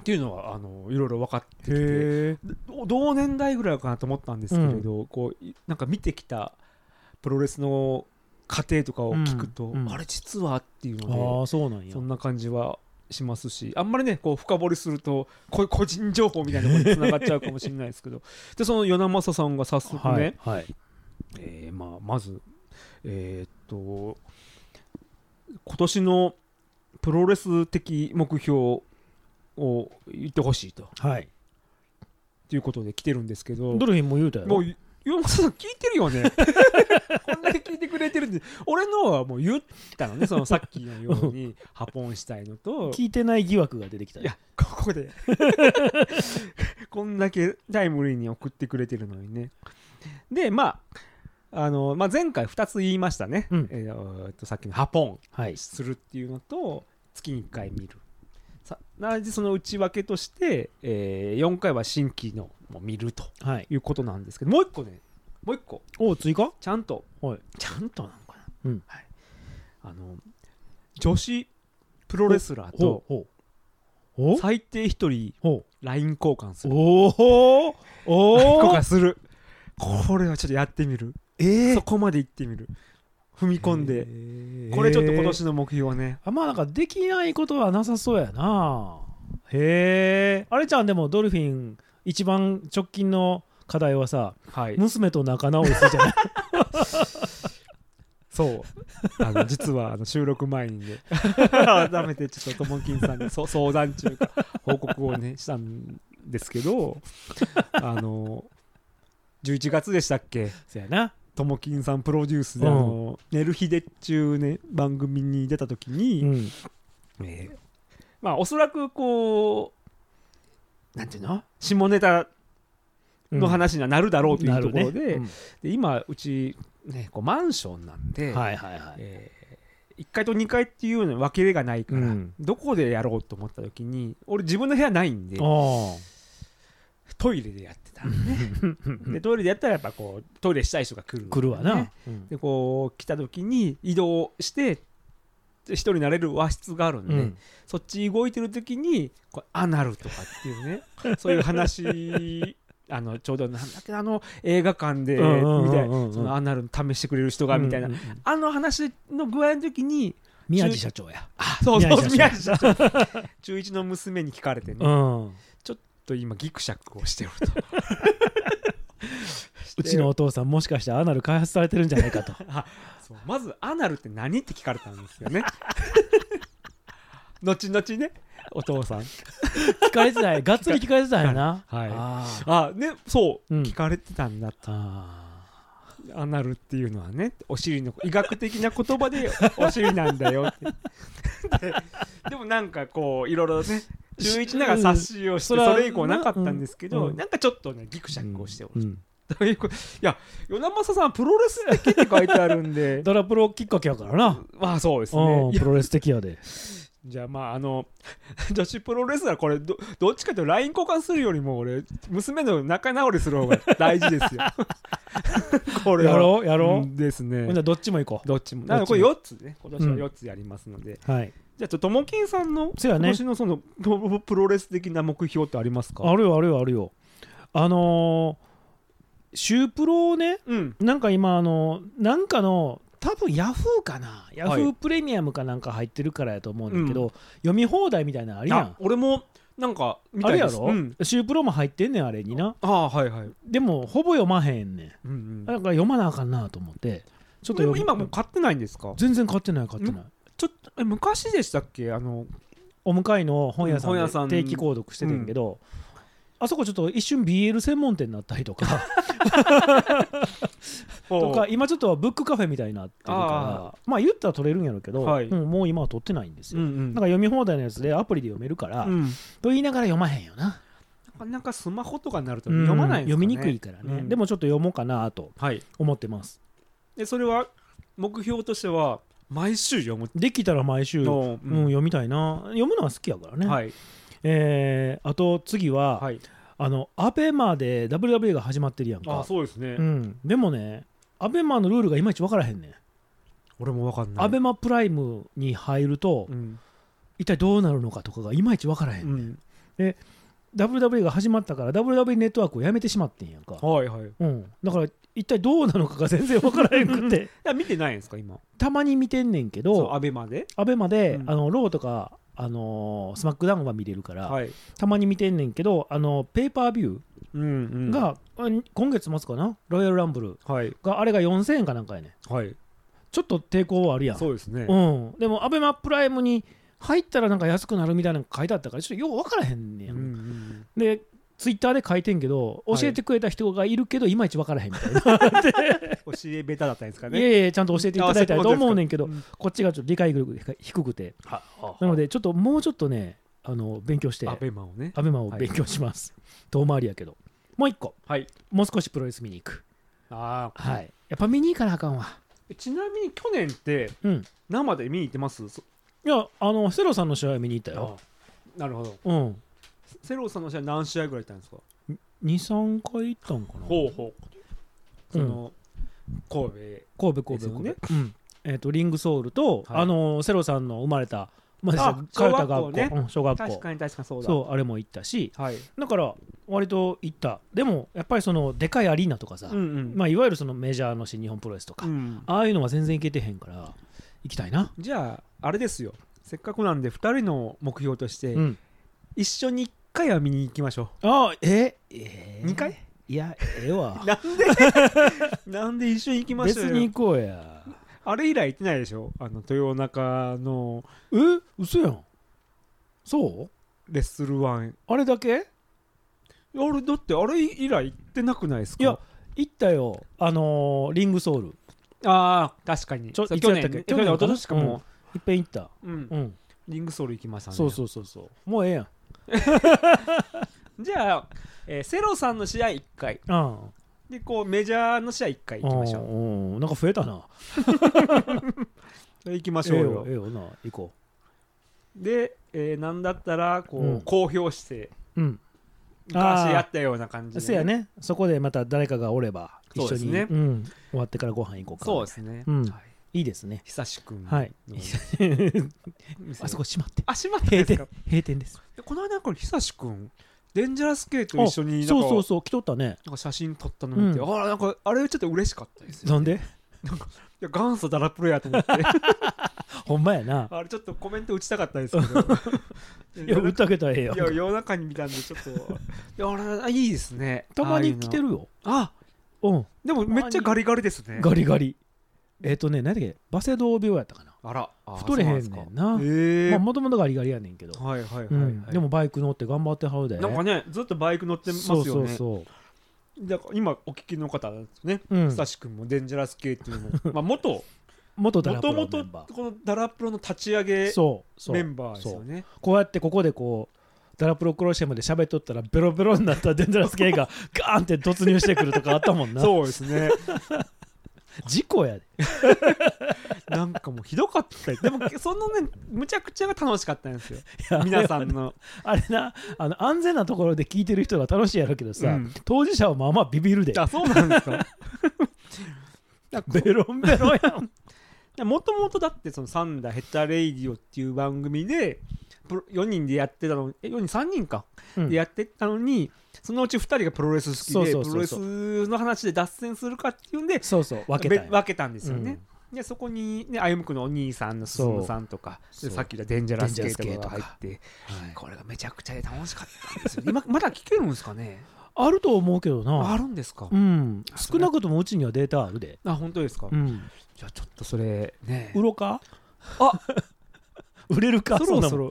Speaker 3: っていうのはあのいろいろ分かってきて
Speaker 4: へえ
Speaker 3: ど同年代ぐらいかなと思ったんですけれど、こういなんか見てきたプロレスの過程とかを聞くと、
Speaker 4: うんうん
Speaker 3: あれ実はっていう
Speaker 4: あ
Speaker 3: の
Speaker 4: あそうなん
Speaker 3: で
Speaker 4: や
Speaker 3: そんな感じはしますしあんまりねこう深掘りするとこ個人情報みたいなことにつながっちゃうかもしれないですけどでその与那政さんが早速ね、
Speaker 4: はいはい
Speaker 3: えーまあ、まず、えーっと今年のプロレス的目標を言ってほしいと
Speaker 4: はい
Speaker 3: ということで来てるんですけど
Speaker 4: ドルフィンも言うたや
Speaker 3: も
Speaker 4: ろ
Speaker 3: う山本さん聞いてるよね こんだけ聞いてくれてるんで俺のはもう言ったのねそのさっきのように破ンしたいのと
Speaker 4: 聞いてない疑惑が出てきた
Speaker 3: いやここで こんだけタイムリーに送ってくれてるのにねでまああの、まあ、前回2つ言いましたね、
Speaker 4: うん
Speaker 3: えーっとさっきの「ハポン
Speaker 4: はい」
Speaker 3: するっていうのと月に1回見るさ同じその内訳として、え4回は新規のも見ると
Speaker 4: はい
Speaker 3: いうことなんですけどもう1個ねもう1個
Speaker 4: お追加
Speaker 3: ちゃんと
Speaker 4: はい
Speaker 3: ちゃんとなのかな、
Speaker 4: うん
Speaker 3: はい、あの女子プロレスラーと
Speaker 4: ほうほう
Speaker 3: 最低1人
Speaker 4: ほう
Speaker 3: LINE 交換する
Speaker 4: おおお
Speaker 3: LINE 交
Speaker 4: お
Speaker 3: 換する これはちょっとやってみる
Speaker 4: ええ
Speaker 3: そこまで行ってみる踏み込んで
Speaker 4: で
Speaker 3: これちょっと今年の目標ね
Speaker 4: あまあなんかできないことはなさそうやなへえあれちゃんでもドルフィン一番直近の課題はさ
Speaker 3: はい
Speaker 4: 娘と仲直りするじゃない
Speaker 3: そうあの実はあの収録前に ね改めてちょっとともきんさんに そ相談中か報告をねしたんですけ どあの11月でしたっけ
Speaker 4: そやな
Speaker 3: ともきんさんプロデュースで、
Speaker 4: うん
Speaker 3: あの寝る日でっちゅうね番組に出た時
Speaker 4: う
Speaker 3: に、
Speaker 4: ん
Speaker 3: えーまあおそらくこうなんていうの下ネタの話にはなるだろうというところで,、で今うち、ね、こうマンションなんで、
Speaker 4: はいはいはい
Speaker 3: え1階と2階っていうのに分けれがないから、
Speaker 4: うん
Speaker 3: どこでやろうと思った時に俺自分の部屋ないんで
Speaker 4: お
Speaker 3: トイレでやってたのね でトイレでやったらやっぱこうトイレしたい人が来るのね
Speaker 4: 来るわな、うん
Speaker 3: でこう来た時に移動して一人になれる和室があるんで、
Speaker 4: うん
Speaker 3: そっち動いてる時にこうアナルとかっていうね そういう話あのちょうどなんだっけなあの映画館でみ
Speaker 4: うんうんうんうん
Speaker 3: たいなそのアナル試してくれる人がみたいな、
Speaker 4: うんうん
Speaker 3: あの話の具合の時に
Speaker 4: 宮地社長や
Speaker 3: あ そうそう宮
Speaker 4: 宮
Speaker 3: 地
Speaker 4: 地
Speaker 3: 社長中一の娘に聞かれてね、ちょっ
Speaker 4: ん
Speaker 3: と今ギクシャクをしておると
Speaker 4: うちのお父さんもしかしてアナル開発されてるんじゃないか と
Speaker 3: そうまずアナルって何って聞かれたんですよね 後々ねお父さん
Speaker 4: 聞かれてないがっつり聞かれてたんやな
Speaker 3: はい
Speaker 4: あー
Speaker 3: あねそう、
Speaker 4: うん
Speaker 3: 聞かれてたんだ
Speaker 4: あ
Speaker 3: アナルっていうのはねお尻の医学的な言葉でお尻なんだよって ででもなんかこういろいろ ね中1ながら冊子をしてそ
Speaker 4: うんそれは
Speaker 3: れ以降なかったんですけど、
Speaker 4: うんうん
Speaker 3: なんかちょっとねギクシャクをしておる、
Speaker 4: ーうん
Speaker 3: ということいや与那政さんプロレス的って書いてあるんで
Speaker 4: ドラプロきっかけやからな
Speaker 3: まあそうです
Speaker 4: う
Speaker 3: ね
Speaker 4: ん
Speaker 3: いや
Speaker 4: プロレス的やで
Speaker 3: じゃあまああの 女子プロレスラーこれどどっちかというと LINE 交換するよりも俺娘の仲直りする方が大事 ですよこれは
Speaker 4: やろうやろう
Speaker 3: うんですね
Speaker 4: ほんならどっちも行こ
Speaker 3: どっちもだからこれ
Speaker 4: ど
Speaker 3: 4つね今年は4つやりますので、
Speaker 4: うはい
Speaker 3: じゃあちょっとともきんさんの
Speaker 4: そうや
Speaker 3: 今
Speaker 4: ね
Speaker 3: 年のそのププロレス的な目標ってありますか
Speaker 4: あるよあるよあるよあのー、シュープロをね
Speaker 3: うん
Speaker 4: なんか今あのなんかの多分ヤフーかなヤフ
Speaker 3: はい
Speaker 4: ープレミアムかなんか入ってるからやと思うんだけど、読み放題みたいなのあるや
Speaker 3: あ
Speaker 4: ん
Speaker 3: 俺もなんか見
Speaker 4: あ
Speaker 3: た
Speaker 4: れ
Speaker 3: い
Speaker 4: や
Speaker 3: です
Speaker 4: ろ、
Speaker 3: うん、
Speaker 4: シュープロも入ってんねんあれにな
Speaker 3: ああはいはい、うん
Speaker 4: でもほぼ読まへんねん
Speaker 3: うん、
Speaker 4: だから読まなあかんなと思ってち
Speaker 3: ち
Speaker 4: ょっと
Speaker 3: ょっとでも
Speaker 4: 読
Speaker 3: 今もう買ってないんですか
Speaker 4: 全然買ってない買ってない
Speaker 3: ちょっとえ昔でしたっけあの
Speaker 4: お向かいの本屋さ
Speaker 3: 本屋さん
Speaker 4: んで定期購読しててんけど、あそこちょっと一瞬 BL 専門店になったりとか とか今ちょっとブックカフェみたいになってるからまあ言ったら取れるんやろうけど、
Speaker 3: はい
Speaker 4: うんもう今は取ってないんです
Speaker 3: うん
Speaker 4: よ、
Speaker 3: うん
Speaker 4: なんか読み放題のやつでアプリで読めるから、
Speaker 3: うん、な
Speaker 4: と言いながら読まへんよな、
Speaker 3: かなかスマホとかになると読まないんで
Speaker 4: 読
Speaker 3: すか、ね
Speaker 4: みにくいからね、
Speaker 3: うん
Speaker 4: でもちょっと読もうかなと
Speaker 3: はい
Speaker 4: 思ってます
Speaker 3: でそれは目標としては毎週読む
Speaker 4: できたら毎週、うん
Speaker 3: の、
Speaker 4: 読みたいな読むのは好きやからね、
Speaker 3: はい
Speaker 4: えーあと次は、
Speaker 3: はい
Speaker 4: あのアベマで WWE が始まってるやんか
Speaker 3: あそうですね、
Speaker 4: うん、でもねアベマのルールがいまいち分からへんねん、
Speaker 3: 俺もわかんない
Speaker 4: アベマプライムに入ると、
Speaker 3: うん
Speaker 4: 一体どうなるのかとかがいまいち分からへん、
Speaker 3: うん、
Speaker 4: WWE が始まったから WWE ネットワークをやめてしまってんやんか、
Speaker 3: はいはいだか
Speaker 4: うん、だから一体どうなのかが全然分からへんくて
Speaker 3: ら見てないんですか今
Speaker 4: たまに見てんねんけ
Speaker 3: そう
Speaker 4: ど
Speaker 3: アベマで
Speaker 4: アベマで、
Speaker 3: うん
Speaker 4: あのローとか、あのースマックダウンは見れるから、
Speaker 3: はい、
Speaker 4: たまに見てんねんけどあのペーパービュ
Speaker 3: うんう
Speaker 4: ー
Speaker 3: ん
Speaker 4: が、あ今月末かなロイヤルランブル
Speaker 3: はい
Speaker 4: があれが4000円かなんかやねん
Speaker 3: はい
Speaker 4: ちょっと抵抗はあるやん
Speaker 3: そうですね、
Speaker 4: うん、でもアベマプライムに入ったらなんか安くなるみたいなの書いてあったからちょっとよう分からへんねや、
Speaker 3: うんうん
Speaker 4: でツイッターで書いてんけど
Speaker 3: はい
Speaker 4: 教えてくれた人がいるけど、い、まいち分からへんみたい な、
Speaker 3: 教えベタだったんですか
Speaker 4: い
Speaker 3: ね。
Speaker 4: やいやちゃんと教えていただいたいと思うねんけど
Speaker 3: あそういうこ
Speaker 4: こっちがちょっと理解力が低くてなのでちょっともうちょっとねあの勉強して
Speaker 3: アベマをね。
Speaker 4: アベマを勉強します、遠回りやけどもう一個
Speaker 3: はい。
Speaker 4: もう少しプロレス見に行く
Speaker 3: ああ、
Speaker 4: はいやっぱ見に行かなあかんわ
Speaker 3: ちなみに去年って
Speaker 4: うん
Speaker 3: 生で見に行ってますそ
Speaker 4: いやあのセロさんの試合は見に行ったよ
Speaker 3: なるほど。
Speaker 4: うん
Speaker 3: セローさんの試合何試合ぐらい行ったんですか
Speaker 4: 23回行ったんかな
Speaker 3: ほうほう。その、
Speaker 4: 神
Speaker 3: 神
Speaker 4: 戸神
Speaker 3: 神戸
Speaker 4: 戸
Speaker 3: の
Speaker 4: の
Speaker 3: ね
Speaker 4: ね、うんえっとリングソウルと、
Speaker 3: はい
Speaker 4: あのセロさんの生まれた生まれ
Speaker 3: あ
Speaker 4: た通った
Speaker 3: 小学校ね
Speaker 4: うん小
Speaker 3: 戸。
Speaker 4: 学校
Speaker 3: 確かに確かにそうだ。
Speaker 4: そうあれも行ったし
Speaker 3: はい。
Speaker 4: だから割と行ったでもやっぱりそのでかいアリーナとかさ、
Speaker 3: うんうん。
Speaker 4: まあ、いわゆるそのメジャーの新日本プロレスとか、
Speaker 3: うん
Speaker 4: ああいうのは全然行けてへんから行きたいな、
Speaker 3: じゃあ、あれですよ。せっかくなんで、2人の目標として、
Speaker 4: うん、
Speaker 3: 一緒に1回は見に行きましょ
Speaker 4: ああええ
Speaker 3: う。2回
Speaker 4: いやええ わ
Speaker 3: なんで なんで一緒に行きましょう
Speaker 4: 別
Speaker 3: よ
Speaker 4: に行こうや
Speaker 3: あれ以来行ってないでしょあの豊中の
Speaker 4: え嘘やんそう
Speaker 3: レッスルワン
Speaker 4: あれだけ
Speaker 3: あれだってあれ以来行ってなくないですか
Speaker 4: いや行ったよあのーリングソウル
Speaker 3: ああ確かに
Speaker 4: ちょ
Speaker 3: そう
Speaker 4: いつ
Speaker 3: 去
Speaker 4: やった
Speaker 3: 年
Speaker 4: っけ
Speaker 3: 去年
Speaker 4: 去年か
Speaker 3: 一昨年かも
Speaker 4: いっぺん行った
Speaker 3: う、うん
Speaker 4: うん
Speaker 3: リングソール行きましたね
Speaker 4: そうそうそうそうもうええやん
Speaker 3: じゃあ、えーセロさんの試合1回
Speaker 4: ああ
Speaker 3: でこうメジャーの試合1回行きましょう
Speaker 4: うんうんなんか増えたな
Speaker 3: 行きましょうよ
Speaker 4: ええよええよな行こ
Speaker 3: で、えーなんだったらこう、
Speaker 4: うん
Speaker 3: 公表して
Speaker 4: ううんあー
Speaker 3: 昔やったような感じで、
Speaker 4: そうやねそこでまた誰かがおれば一緒
Speaker 3: そう
Speaker 4: に
Speaker 3: ですね
Speaker 4: うん終わってからご飯行こうか
Speaker 3: そうですね、
Speaker 4: うん
Speaker 3: はい、
Speaker 4: いいですね
Speaker 3: 久しくんの
Speaker 4: はい あそこ閉まって
Speaker 3: あ、閉まっ
Speaker 4: 閉
Speaker 3: てんです
Speaker 4: 店
Speaker 3: か
Speaker 4: 閉店です
Speaker 3: えこの間なんか久しくんデンジャラスケート一緒になんか
Speaker 4: そうそうそう来とったね
Speaker 3: なんか写真撮ったの見て、
Speaker 4: う
Speaker 3: あらなんかあれちょっと嬉しかったですよ
Speaker 4: なんで
Speaker 3: いや元祖ダラプロやと思って
Speaker 4: ほんまやな
Speaker 3: あれちょっとコメント打ちたかったですけど
Speaker 4: いや打ってあげたらええや
Speaker 3: いや
Speaker 4: ん
Speaker 3: 夜中に見たんでちょっといやあれあいいですね
Speaker 4: たまに来て
Speaker 3: あ
Speaker 4: るよ
Speaker 3: あいう
Speaker 4: う
Speaker 3: のあ
Speaker 4: ん
Speaker 3: でもめっちゃガリガリですね
Speaker 4: ガリガリえっとね何だっけバセドウ病やったかな
Speaker 3: あらあ
Speaker 4: 太れへんねんな
Speaker 3: そ
Speaker 4: ま
Speaker 3: うですか
Speaker 4: あ
Speaker 3: へえ
Speaker 4: もともとガリガリやねんけど
Speaker 3: はいはいはい、はい
Speaker 4: うんでもバイク乗って頑張ってはるで
Speaker 3: なんかねずっとバイク乗ってます
Speaker 4: そ
Speaker 3: よね
Speaker 4: うそうそう
Speaker 3: だから今お聞きの方ですね、
Speaker 4: うん
Speaker 3: 久しくんもデンジャラスケート の、まあ、元
Speaker 4: 元ダラ
Speaker 3: も
Speaker 4: プロ
Speaker 3: と
Speaker 4: の
Speaker 3: も
Speaker 4: メ
Speaker 3: と
Speaker 4: ンバー
Speaker 3: このダラプロの立ち上げ
Speaker 4: そうそう
Speaker 3: メンバーですよね。
Speaker 4: こうやってここでこうダラプロクロシアムで喋っとったらベロベロになったデンドラス系 がガーンって突入してくるとかあったもんな
Speaker 3: そうですね。
Speaker 4: 事故やで
Speaker 3: なんかもうひどかったよでもそのねむちゃくちゃが楽しかったんですよ。
Speaker 4: いや
Speaker 3: 皆さんの
Speaker 4: あれなあの安全なところで聞いてる人が楽しいやろうけどさ、
Speaker 3: うん
Speaker 4: 当事者はまあまあビビるで
Speaker 3: あそうなんですか。
Speaker 4: ベロンベロンや ん
Speaker 3: もともとだってそのサンダーヘッダーレイディオっていう番組でプロ4人でやってたのえ4人3人か、
Speaker 4: うん
Speaker 3: でやってたのにそのうち2人がプロレス好きで
Speaker 4: そうそうそうそう
Speaker 3: プロレスの話で脱線するかっていうんで
Speaker 4: そうそう分けた
Speaker 3: べ
Speaker 4: んや
Speaker 3: 分けたんですよね。でそこにね歩夢君のお兄さんの
Speaker 4: そう
Speaker 3: 進さんとかで
Speaker 4: そう
Speaker 3: さっき言ったデンジャラスケートが
Speaker 4: デンジャラスケート
Speaker 3: 入
Speaker 4: が
Speaker 3: って
Speaker 4: はい
Speaker 3: これがめちゃくちゃ楽しかったんですよ。今まだ聞けるんですかね。
Speaker 4: あると思うけど
Speaker 3: あ
Speaker 4: な
Speaker 3: るんですか
Speaker 4: う。ん
Speaker 3: あそ
Speaker 4: 少
Speaker 3: れ
Speaker 4: なくともうちにはデータあるで
Speaker 3: あ本当ですか。
Speaker 4: うん
Speaker 3: じゃあちょっとそれね。
Speaker 4: 売ろう か
Speaker 3: あ
Speaker 4: 売れるか
Speaker 3: そ
Speaker 4: ん
Speaker 3: ろそ
Speaker 4: なもん
Speaker 3: ろ。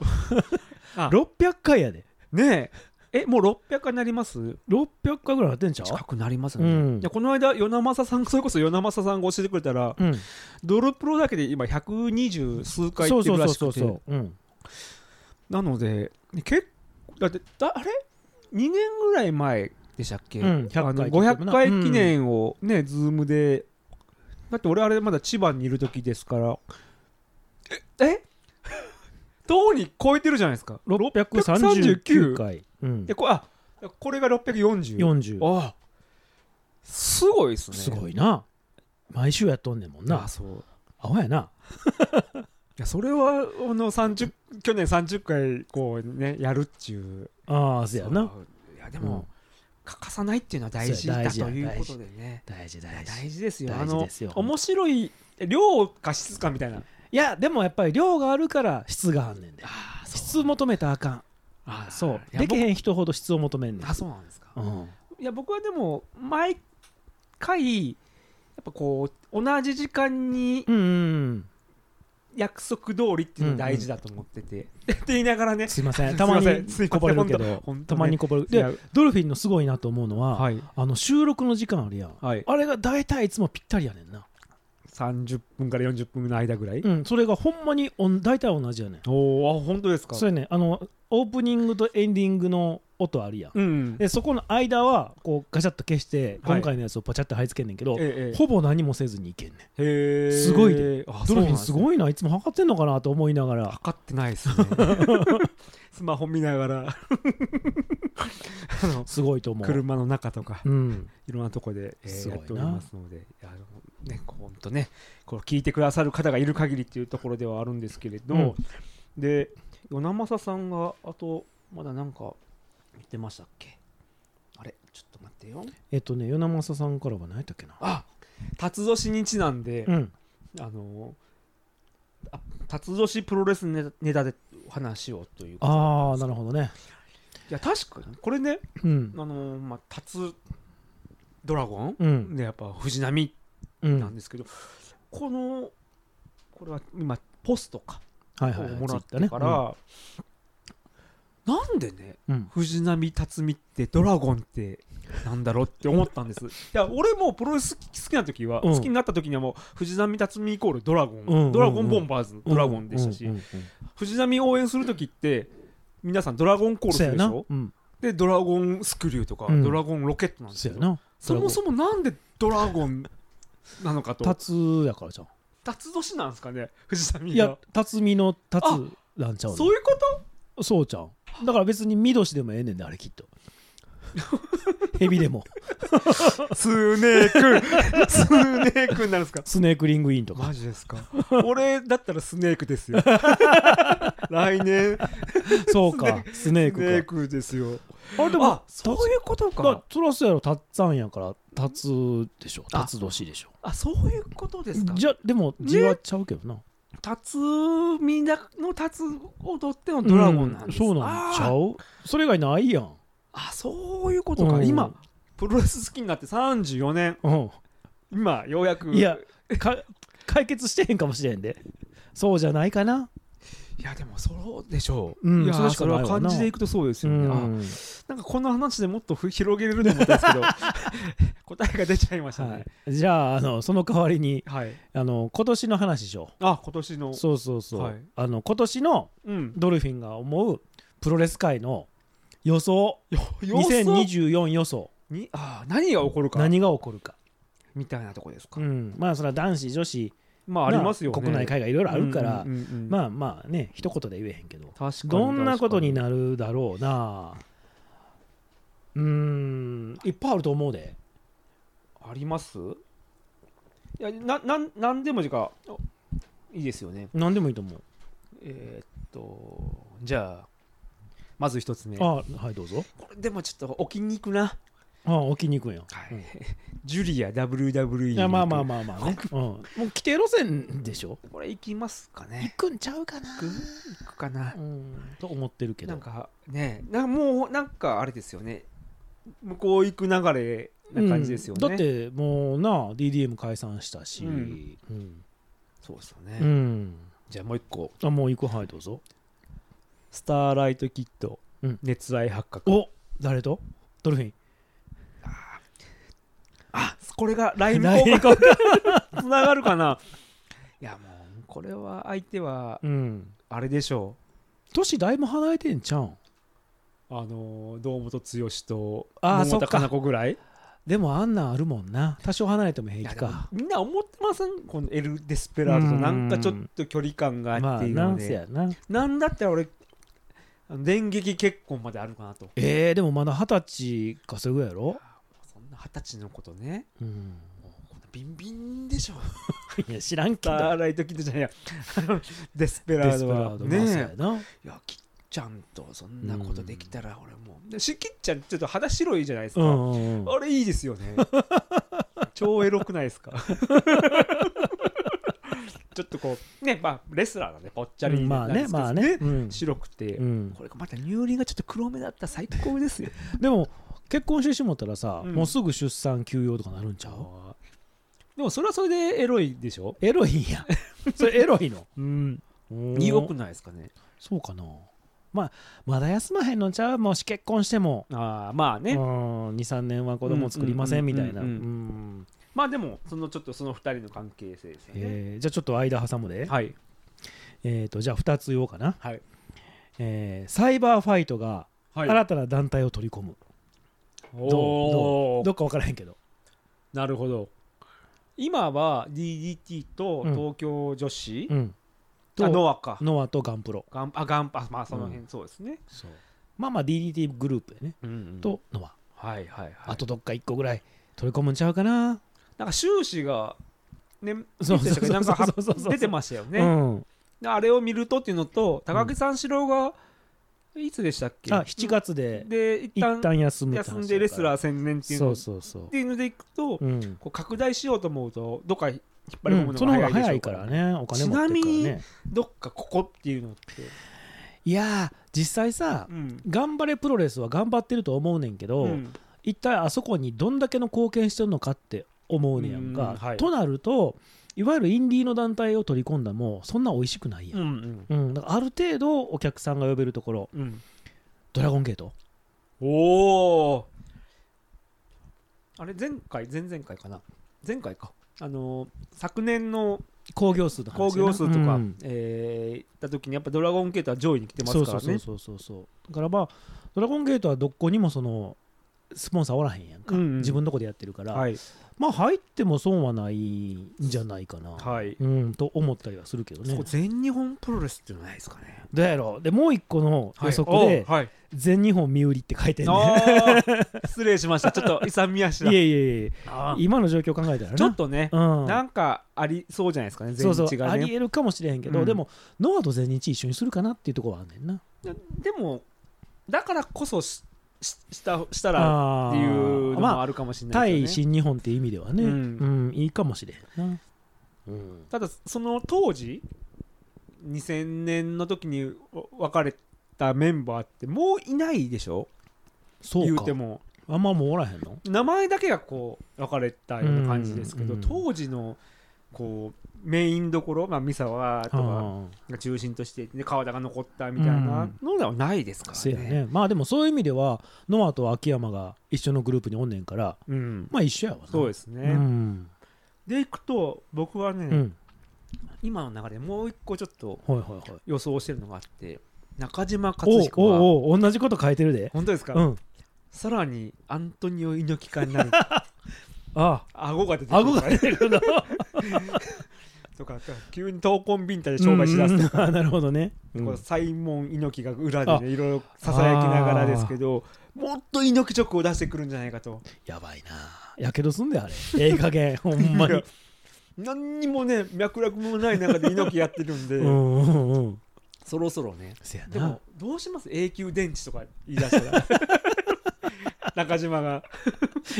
Speaker 3: あ
Speaker 4: 600回やで
Speaker 3: ねえ。えもう600回になります。
Speaker 4: 600回ぐらいなってんちゃう
Speaker 3: 近くなります
Speaker 4: うん
Speaker 3: ね。いやこの間与那政さん それこそ与那政さんが教えてくれたら
Speaker 4: うん
Speaker 3: ドルプロだけで今120数回行ってるらしくて。
Speaker 4: う、うん、
Speaker 3: なので結構だってだあれ2年ぐらい前でしたっけ、
Speaker 4: うん100回
Speaker 3: あの
Speaker 4: 記念
Speaker 3: 500回記念をね、ズームでだって俺あれまだ千葉にいる時ですからえ えとうに超えてるじゃないですか
Speaker 4: 639回、うん
Speaker 3: で、こあこれが640
Speaker 4: 40
Speaker 3: あすごいですね
Speaker 4: すごいな毎週やっとんねんもん
Speaker 3: な
Speaker 4: な
Speaker 3: あそうい
Speaker 4: アホやな
Speaker 3: やそれはあの30去年30回こうねやるっていう
Speaker 4: ああそうやな
Speaker 3: そういやで
Speaker 4: う
Speaker 3: も、
Speaker 4: ん
Speaker 3: 欠かさないっていうのは大事
Speaker 4: そう
Speaker 3: だ
Speaker 4: 大事や
Speaker 3: ということでね
Speaker 4: 大事
Speaker 3: いや
Speaker 4: 大事
Speaker 3: 大事ですよ
Speaker 4: 大事ですよ
Speaker 3: あの面白い量か質かみたいない
Speaker 4: やでもやっぱり量があるから質があんねんで
Speaker 3: あ
Speaker 4: 質求めたらあかん
Speaker 3: あ
Speaker 4: そう
Speaker 3: いや
Speaker 4: できへん人ほど質を求めんね
Speaker 3: 僕
Speaker 4: ん
Speaker 3: あそうなんですか、
Speaker 4: う
Speaker 3: い
Speaker 4: ん
Speaker 3: や僕はでも毎回やっぱこう同じ時間に
Speaker 4: うんうん
Speaker 3: 約束通りっていうのが大事だと思ってて、 って言いながらね
Speaker 4: すいませ ん
Speaker 3: す
Speaker 4: たま
Speaker 3: いません
Speaker 4: に
Speaker 3: すいません
Speaker 4: こぼれるけ
Speaker 3: 本
Speaker 4: ど
Speaker 3: 当本当
Speaker 4: た
Speaker 3: ね
Speaker 4: まにこぼれる
Speaker 3: い
Speaker 4: で
Speaker 3: や
Speaker 4: ドルフィンのすごいなと思うのは、
Speaker 3: はい
Speaker 4: あの収録の時間あるやん、
Speaker 3: はい
Speaker 4: あれが大体いつもぴったりやねんな、
Speaker 3: 30分から40分の間ぐらい、
Speaker 4: うん、それがほんまにおん大体同じやねん
Speaker 3: おお本当ですか
Speaker 4: それねあのオープニングとエンディングの音あるやん、
Speaker 3: うん
Speaker 4: でそこの間はこうガチャッと消して
Speaker 3: はい
Speaker 4: 今回のやつをパチャッと貼り付けんねんけど、
Speaker 3: ええ
Speaker 4: ほぼ何もせずにいけんねん
Speaker 3: へえ
Speaker 4: すごいで
Speaker 3: あ
Speaker 4: ドルフィンす
Speaker 3: い
Speaker 4: ごいないつも測ってんのかなと思いながら
Speaker 3: 測ってないですね スマホ見な がらあの
Speaker 4: すごいと思う、
Speaker 3: 車の中とか
Speaker 4: うん、
Speaker 3: いろんなとこで、えー
Speaker 4: すごいな
Speaker 3: やっておりますのでいやあのねこうほんとねこう聞いてくださる方がいる限りっていうところではあるんですけれど、
Speaker 4: うん
Speaker 3: で与那政さんがあとまだなんか言ってましたっけあれちょっと待ってよ
Speaker 4: えっとね与那政さんからは何やったっけな
Speaker 3: あ辰年にちなんで、
Speaker 4: うん
Speaker 3: あのあ辰年プロレスネタネタで話をということで
Speaker 4: ああなるほどね
Speaker 3: いや確かにこれね
Speaker 4: うん
Speaker 3: あのまあ辰ドラゴン、
Speaker 4: うん
Speaker 3: でやっぱ藤波
Speaker 4: うん
Speaker 3: なんですけど、このこれは今ポストか
Speaker 4: はい
Speaker 3: を
Speaker 4: はいはい
Speaker 3: もらっ
Speaker 4: ツイ
Speaker 3: た
Speaker 4: ッ
Speaker 3: か
Speaker 4: ター
Speaker 3: ら、
Speaker 4: ね
Speaker 3: なんでね
Speaker 4: うんうん
Speaker 3: 藤波辰巳ってドラゴンってなんだろうって思ったん ですいや俺もプロレス好き好きな時は、
Speaker 4: うん
Speaker 3: 好きになった時にはもう藤波辰巳イコールドラゴン、
Speaker 4: うんうんうん
Speaker 3: ドラゴンボンバーズのドラゴンでしたし、
Speaker 4: うんうんうん
Speaker 3: 藤波応援する時って皆さんドラゴンコールす
Speaker 4: そう
Speaker 3: る
Speaker 4: や
Speaker 3: でし
Speaker 4: な
Speaker 3: ょ
Speaker 4: うん
Speaker 3: でドラゴンスクリューとか、
Speaker 4: うん
Speaker 3: ドラゴンロケットなんです
Speaker 4: そ
Speaker 3: け
Speaker 4: うや
Speaker 3: ど
Speaker 4: な
Speaker 3: そもそもなんでドラゴンなのかと
Speaker 4: タツやからじゃん
Speaker 3: 辰年なんですかね 藤波が
Speaker 4: いや辰巳のタツなんちゃうの
Speaker 3: そういうこと
Speaker 4: そうちゃんだから別に見年でもええねんであれきっ とヘビでも
Speaker 3: スネーク スネークになるんです か
Speaker 4: スネークリングインとか
Speaker 3: マジですか俺だったらスネー クですよ来年
Speaker 4: そうかスネ
Speaker 3: スネ
Speaker 4: ー
Speaker 3: ー
Speaker 4: ク
Speaker 3: クですよ
Speaker 4: かあれで
Speaker 3: あ
Speaker 4: も
Speaker 3: そういうこと
Speaker 4: だからそらそうやろタッツァンやからタツでしょ
Speaker 3: あ
Speaker 4: タツ年でしょ
Speaker 3: あそういうことで
Speaker 4: じゃでも字はちゃうけどな
Speaker 3: 辰みんなの辰をとってのドラゴンなんです、
Speaker 4: うそうなんちゃ
Speaker 3: あー
Speaker 4: うそれ以外ないやん
Speaker 3: あそういうことか、
Speaker 4: うん
Speaker 3: 今プロレス好きになって34年
Speaker 4: うん
Speaker 3: 今ようやく
Speaker 4: いやか解決してへんかもしれんでそうじゃないかない
Speaker 3: やでもそうでしょう、
Speaker 4: うん
Speaker 3: いや
Speaker 4: それしかないわな
Speaker 3: それは感じでいくとそうです
Speaker 4: う
Speaker 3: よね、あ
Speaker 4: ん
Speaker 3: なんかこの話でもっとふ広げれると思っ たんですけど答えが出ちゃいました
Speaker 4: は
Speaker 3: ね
Speaker 4: い、じゃああのその代わりに
Speaker 3: はい、
Speaker 4: あの今年の話しよ
Speaker 3: あ今年の
Speaker 4: うそうそうそう、
Speaker 3: はい
Speaker 4: あの今年の
Speaker 3: うん
Speaker 4: ドルフィンが思うプロレス界の予想
Speaker 3: 予
Speaker 4: 2024予想
Speaker 3: にあー何が起こるか
Speaker 4: 何が起こるか、
Speaker 3: みたいなとこですか、
Speaker 4: うん、まあそれは男子女子
Speaker 3: まあありますよね
Speaker 4: な国内海外いろいろあるから、
Speaker 3: うんうんうんうん
Speaker 4: まあまあね一言で言えへんけど
Speaker 3: 確かに
Speaker 4: どんなことに
Speaker 3: る
Speaker 4: なるだろうなうーんいっぱいあると思うで
Speaker 3: ありますいやななんなんでもじかおいいですよね
Speaker 4: 何でもいいと思う
Speaker 3: えーっとじゃあまず一つ目こ
Speaker 4: あはいどうぞ
Speaker 3: れでもちょっと置きに行くな、
Speaker 4: あ置きに行くんや
Speaker 3: はいジュリア WWE
Speaker 4: いやまあまあまあまあね、うん、もう規定路線でしょ
Speaker 3: これ行きますかね
Speaker 4: 行くんちゃうかな
Speaker 3: 行く行くかな
Speaker 4: うんと思ってるけど
Speaker 3: なんかねなんかもうなんかあれですよね向こう行く流れな感じですよね、
Speaker 4: うんだってもうな DDM 解散したし
Speaker 3: う
Speaker 4: うんん、
Speaker 3: そうですよ
Speaker 4: う
Speaker 3: ね、
Speaker 4: ん
Speaker 3: じゃあもう一個
Speaker 4: あもう行くはいどうぞ
Speaker 3: スターライトキッド、
Speaker 4: うん
Speaker 3: 熱愛発覚
Speaker 4: お誰とドルフィン
Speaker 3: あこれが LINE
Speaker 4: 来
Speaker 3: 交
Speaker 4: 年
Speaker 3: 換
Speaker 4: 行こ
Speaker 3: つながる かないやもうこれは相手は
Speaker 4: ううん
Speaker 3: あれでしょ
Speaker 4: 年だいぶ離れてんちゃうん
Speaker 3: うあの堂本剛と
Speaker 4: あー
Speaker 3: 桃
Speaker 4: そ
Speaker 3: 田
Speaker 4: っか
Speaker 3: かな子ぐらい
Speaker 4: でもあんなんあるもんな多少離れても平気か
Speaker 3: みんな思ってませんこのエル・デスペラードとなんかちょっと距離感が
Speaker 4: ま
Speaker 3: あっ
Speaker 4: あ
Speaker 3: ていう
Speaker 4: な
Speaker 3: の
Speaker 4: んせ
Speaker 3: で、
Speaker 4: やな
Speaker 3: なんだったら俺あの電撃結婚まであるかなと
Speaker 4: えー、でもまだ二十歳かそれぐらいやろ、
Speaker 3: そんな二十歳のことね
Speaker 4: うん、
Speaker 3: もうこんなビンビンでし ょ
Speaker 4: いや知らんけど
Speaker 3: あーライトキッドじゃ ないやあのデスペ
Speaker 4: デ
Speaker 3: ラー
Speaker 4: ス
Speaker 3: ド
Speaker 4: ペラ
Speaker 3: は
Speaker 4: ードまあそうや
Speaker 3: ね
Speaker 4: な
Speaker 3: えいやキッちゃんとそんなことできたら俺もうでしキッちゃんちょっと肌白いじゃないですか、
Speaker 4: うんうんうん
Speaker 3: あれいいですよ ね超エロくないですか ちょっとこうねまあレスラーなんでぽっちゃり
Speaker 4: うんまあ
Speaker 3: なんで
Speaker 4: ね
Speaker 3: すけど
Speaker 4: まあね、うん
Speaker 3: 白くて、
Speaker 4: うん
Speaker 3: これがまた乳輪がちょっと黒目だったら最高ですよ
Speaker 4: でも結婚してしもったらさ、
Speaker 3: うん
Speaker 4: もうすぐ出産休養とかなるんちゃう
Speaker 3: でもそれはそれでエロいでしょ
Speaker 4: エロいんやそれエロいの
Speaker 5: うん
Speaker 4: お
Speaker 3: 良
Speaker 4: ー
Speaker 3: くないですかね
Speaker 4: そうかなまあまだ休まへんのちゃうもし結婚しても
Speaker 3: ああまあね
Speaker 4: 23年は子供作りませんみたいな
Speaker 3: うんうんうんう
Speaker 4: うん
Speaker 3: まあでもそのちょっとその二人の関係性ですよね
Speaker 4: えーじゃあちょっと間挟むで、
Speaker 3: はい
Speaker 4: えー、とじゃあ2つ言おうかな、
Speaker 3: はい
Speaker 4: えーサイバーファイトが
Speaker 3: はい
Speaker 4: 新たな団体を取り込む、
Speaker 3: お
Speaker 4: ど
Speaker 3: お
Speaker 4: どっか分からへんけど
Speaker 3: なるほど今は DDT と
Speaker 4: うん
Speaker 3: 東京女子、
Speaker 4: うん
Speaker 3: あ
Speaker 4: と
Speaker 3: ノアか
Speaker 4: ノアとガンプロ
Speaker 3: ガンあガンパまあその辺そうですね、
Speaker 4: まあまあ DDT グループやね、
Speaker 3: うんと
Speaker 4: とノア
Speaker 3: はいはいはい
Speaker 4: あとどっか1個ぐらい取り込むんちゃうかな、
Speaker 3: なんか収支がね
Speaker 4: そう
Speaker 3: 出てたけどなんかは
Speaker 4: そうそうそうそう
Speaker 3: 出てましたよね、
Speaker 4: うん
Speaker 3: であれを見るとっていうのと高木三四郎がいつでしたっけ、
Speaker 4: あ7月で
Speaker 3: で一
Speaker 4: 一
Speaker 3: 旦
Speaker 4: 旦休むって
Speaker 3: 休
Speaker 4: 話
Speaker 3: んでレスラ
Speaker 4: ー
Speaker 3: ー専念っていう
Speaker 4: そ
Speaker 3: の
Speaker 4: う
Speaker 3: っ
Speaker 4: そうそ
Speaker 3: ていうのでいくと、
Speaker 4: う、うん
Speaker 3: こう拡大しようと思うとどっか引っ張り込
Speaker 4: う
Speaker 3: む
Speaker 4: ん、
Speaker 3: の
Speaker 4: そ
Speaker 3: が
Speaker 4: の方が
Speaker 3: 早いでし
Speaker 4: 早
Speaker 3: ょ
Speaker 4: いうか
Speaker 3: からら
Speaker 4: ねお金持ってるからね
Speaker 3: どっかここっていうのって、
Speaker 4: いやー実際さ
Speaker 3: うん
Speaker 4: 頑張れプロレスは頑張ってると思うねんけど、
Speaker 3: うん
Speaker 4: 一体あそこにどんだけの貢献してるのかって思うねやんか、
Speaker 3: うんはい
Speaker 4: となるといわゆるインディーの団体を取り込んだもそんな美味しくないや、
Speaker 3: うんん
Speaker 4: うんだからある程度お客さんが呼べるところ
Speaker 3: うんうん
Speaker 4: ドラゴンゲート
Speaker 3: おおあれ前回前々回かな前回かあのー昨年の
Speaker 4: 興行数の話やな
Speaker 3: 興行数とか、
Speaker 4: うん
Speaker 3: えー行った時にやっぱドラゴンゲートは上位に来てます
Speaker 4: そう
Speaker 3: か
Speaker 4: そ
Speaker 3: ら
Speaker 4: うそう
Speaker 3: ね
Speaker 4: そうそうそうだからまあドラゴンゲートはどこにもそのスポンサーおらへんやんか、
Speaker 3: うんうん
Speaker 4: 自分のとこでやってるから、
Speaker 3: はい
Speaker 4: まあ入っても損はないんじゃないかな、
Speaker 3: はい、
Speaker 4: うんと思ったりはするけど
Speaker 3: そ
Speaker 4: ね
Speaker 3: こ全日本プロレスっていうのないですかね
Speaker 4: どうやろうでもう一個の予測で、
Speaker 3: おはい
Speaker 4: 全日本見売りって書いてんね
Speaker 3: あー失礼しましたちょっと勇み足だ
Speaker 4: いやいやいや
Speaker 3: あー
Speaker 4: 今の状況考えたらな
Speaker 3: ちょっとね、
Speaker 4: うん
Speaker 3: なんかありそうじゃないですかね
Speaker 4: そ
Speaker 3: 全
Speaker 4: うそう
Speaker 3: 日が
Speaker 4: あ
Speaker 3: ね
Speaker 4: りえるかもしれへんけど、
Speaker 3: うん
Speaker 4: でもノアと全日一緒にするかなっていうところはあんねんな
Speaker 3: でもだからこそしししたしたら
Speaker 4: あ
Speaker 3: っていうの
Speaker 4: ま
Speaker 3: も
Speaker 4: あ
Speaker 3: あるかもしれない
Speaker 4: 対
Speaker 3: ですよね、
Speaker 4: 新日本っていう意味ではね、う
Speaker 3: うん
Speaker 4: いいかもしれへんな
Speaker 3: ただその当時2000年の時に別れたメンバーってもういないでしょ
Speaker 4: そう
Speaker 3: 言う
Speaker 4: か
Speaker 3: ても
Speaker 4: あんまもうおらへんの
Speaker 3: 名前だけがこう分かれたような感じですけど、
Speaker 4: うん
Speaker 3: 当時のこうメインどころ、まあ、三沢とか
Speaker 4: あ
Speaker 3: が中心としていて、ね、川田が残ったみたいなのではないですか
Speaker 4: あ
Speaker 3: ら
Speaker 4: せ
Speaker 3: ね。
Speaker 4: やねまあでもそういう意味ではノアと秋山が一緒のグループにおんねんから
Speaker 3: うん、
Speaker 4: まあ一緒やわな
Speaker 3: そう
Speaker 4: で
Speaker 3: ですね。
Speaker 4: うん、
Speaker 3: でいくと僕はね、
Speaker 4: うん、
Speaker 3: 今の流れでもう一個ちょっと
Speaker 4: はいはいはい
Speaker 3: 予想してるのがあって中島
Speaker 4: お
Speaker 3: 克
Speaker 4: う
Speaker 3: 彦は
Speaker 4: おうおう同じこと書いてるで
Speaker 3: 本当ですか、
Speaker 4: うん
Speaker 3: さらにアントニオ猪木化 になる
Speaker 4: あ
Speaker 3: 顎が出て くる
Speaker 4: 顎が出てくるの
Speaker 3: とか急に闘魂ビンタで商売しだすとか、
Speaker 4: うんなるほどね、
Speaker 3: こう
Speaker 4: あ
Speaker 3: サイモン猪木が裏でねいろいろささやきながらですけどもっと猪木チョコを出してくるんじゃないかと
Speaker 4: やばいなやけどすんだよあれええ加減ほんま
Speaker 3: い
Speaker 4: に
Speaker 3: や何にもね脈絡もない中で猪木やってるんで、
Speaker 4: うんうんうん
Speaker 3: そろそろね
Speaker 4: せや
Speaker 3: で
Speaker 4: な
Speaker 3: もどうします永久電池とか言い出した ら中島が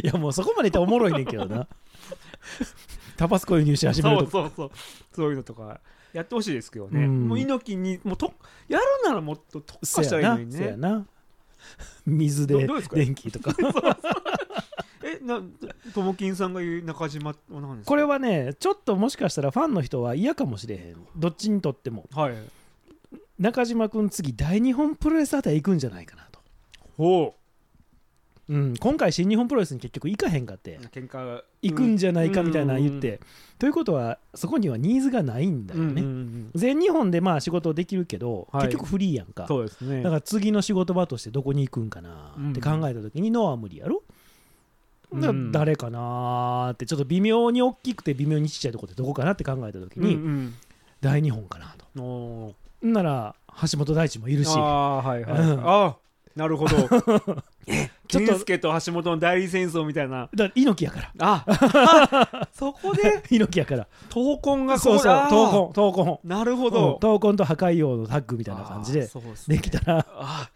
Speaker 4: いやもうそこまでいったらおもろいねんけどなタバスコ輸入し始めると
Speaker 3: そうそうそうそういうのとかやってほしいですけどね、
Speaker 4: うん
Speaker 3: もう猪木にもうとやるならもっと特化し
Speaker 4: せ
Speaker 3: た
Speaker 4: や
Speaker 3: ら
Speaker 4: ない
Speaker 3: いのに
Speaker 4: せや
Speaker 3: ね
Speaker 4: な水で
Speaker 3: どどうですか
Speaker 4: 電気とか
Speaker 3: えなともきんさんが言う中島は何ですか
Speaker 4: これはねちょっともしかしたらファンの人は嫌かもしれへんどっちにとっても
Speaker 3: はい
Speaker 4: 中島君次大日本プロレスあたり行くんじゃないかなと、
Speaker 3: ほ
Speaker 4: うん、今回新日本プロレスに結局行かへんかって
Speaker 3: う喧嘩
Speaker 4: 行くんじゃないかみたいなの言っ
Speaker 3: うん
Speaker 4: て、ということはそこにはニーズがないんだよね、
Speaker 3: うんうんうん
Speaker 4: 全日本でまあ仕事できるけど、
Speaker 3: はい
Speaker 4: 結局フリーやんか
Speaker 3: そうですね
Speaker 4: だから次の仕事場としてどこに行くんかなって考えた時にノアは無理やろ、
Speaker 3: うん
Speaker 4: だから誰かなーってちょっと微妙に大きくて微妙にちっちゃいとこってどこかなって考えた時に、
Speaker 3: うん
Speaker 4: 大日本かなと
Speaker 3: うん、おー
Speaker 4: んなら橋本大地もいるし
Speaker 3: あーはいはい、
Speaker 4: うん
Speaker 3: ああなるほ ど
Speaker 4: ちょっ
Speaker 3: 健
Speaker 4: と
Speaker 3: 介と橋本の代理戦争みたいな
Speaker 4: だから猪木やから
Speaker 3: ああそこで
Speaker 4: 猪木やから
Speaker 3: 闘魂がこ
Speaker 4: そうそう
Speaker 3: あー
Speaker 4: 闘魂闘魂
Speaker 3: なるほ
Speaker 4: うん
Speaker 3: ど、
Speaker 4: 闘魂と破壊王のタッグみたいな感じ
Speaker 3: あー
Speaker 4: で
Speaker 3: そうすね
Speaker 4: できたら
Speaker 3: あ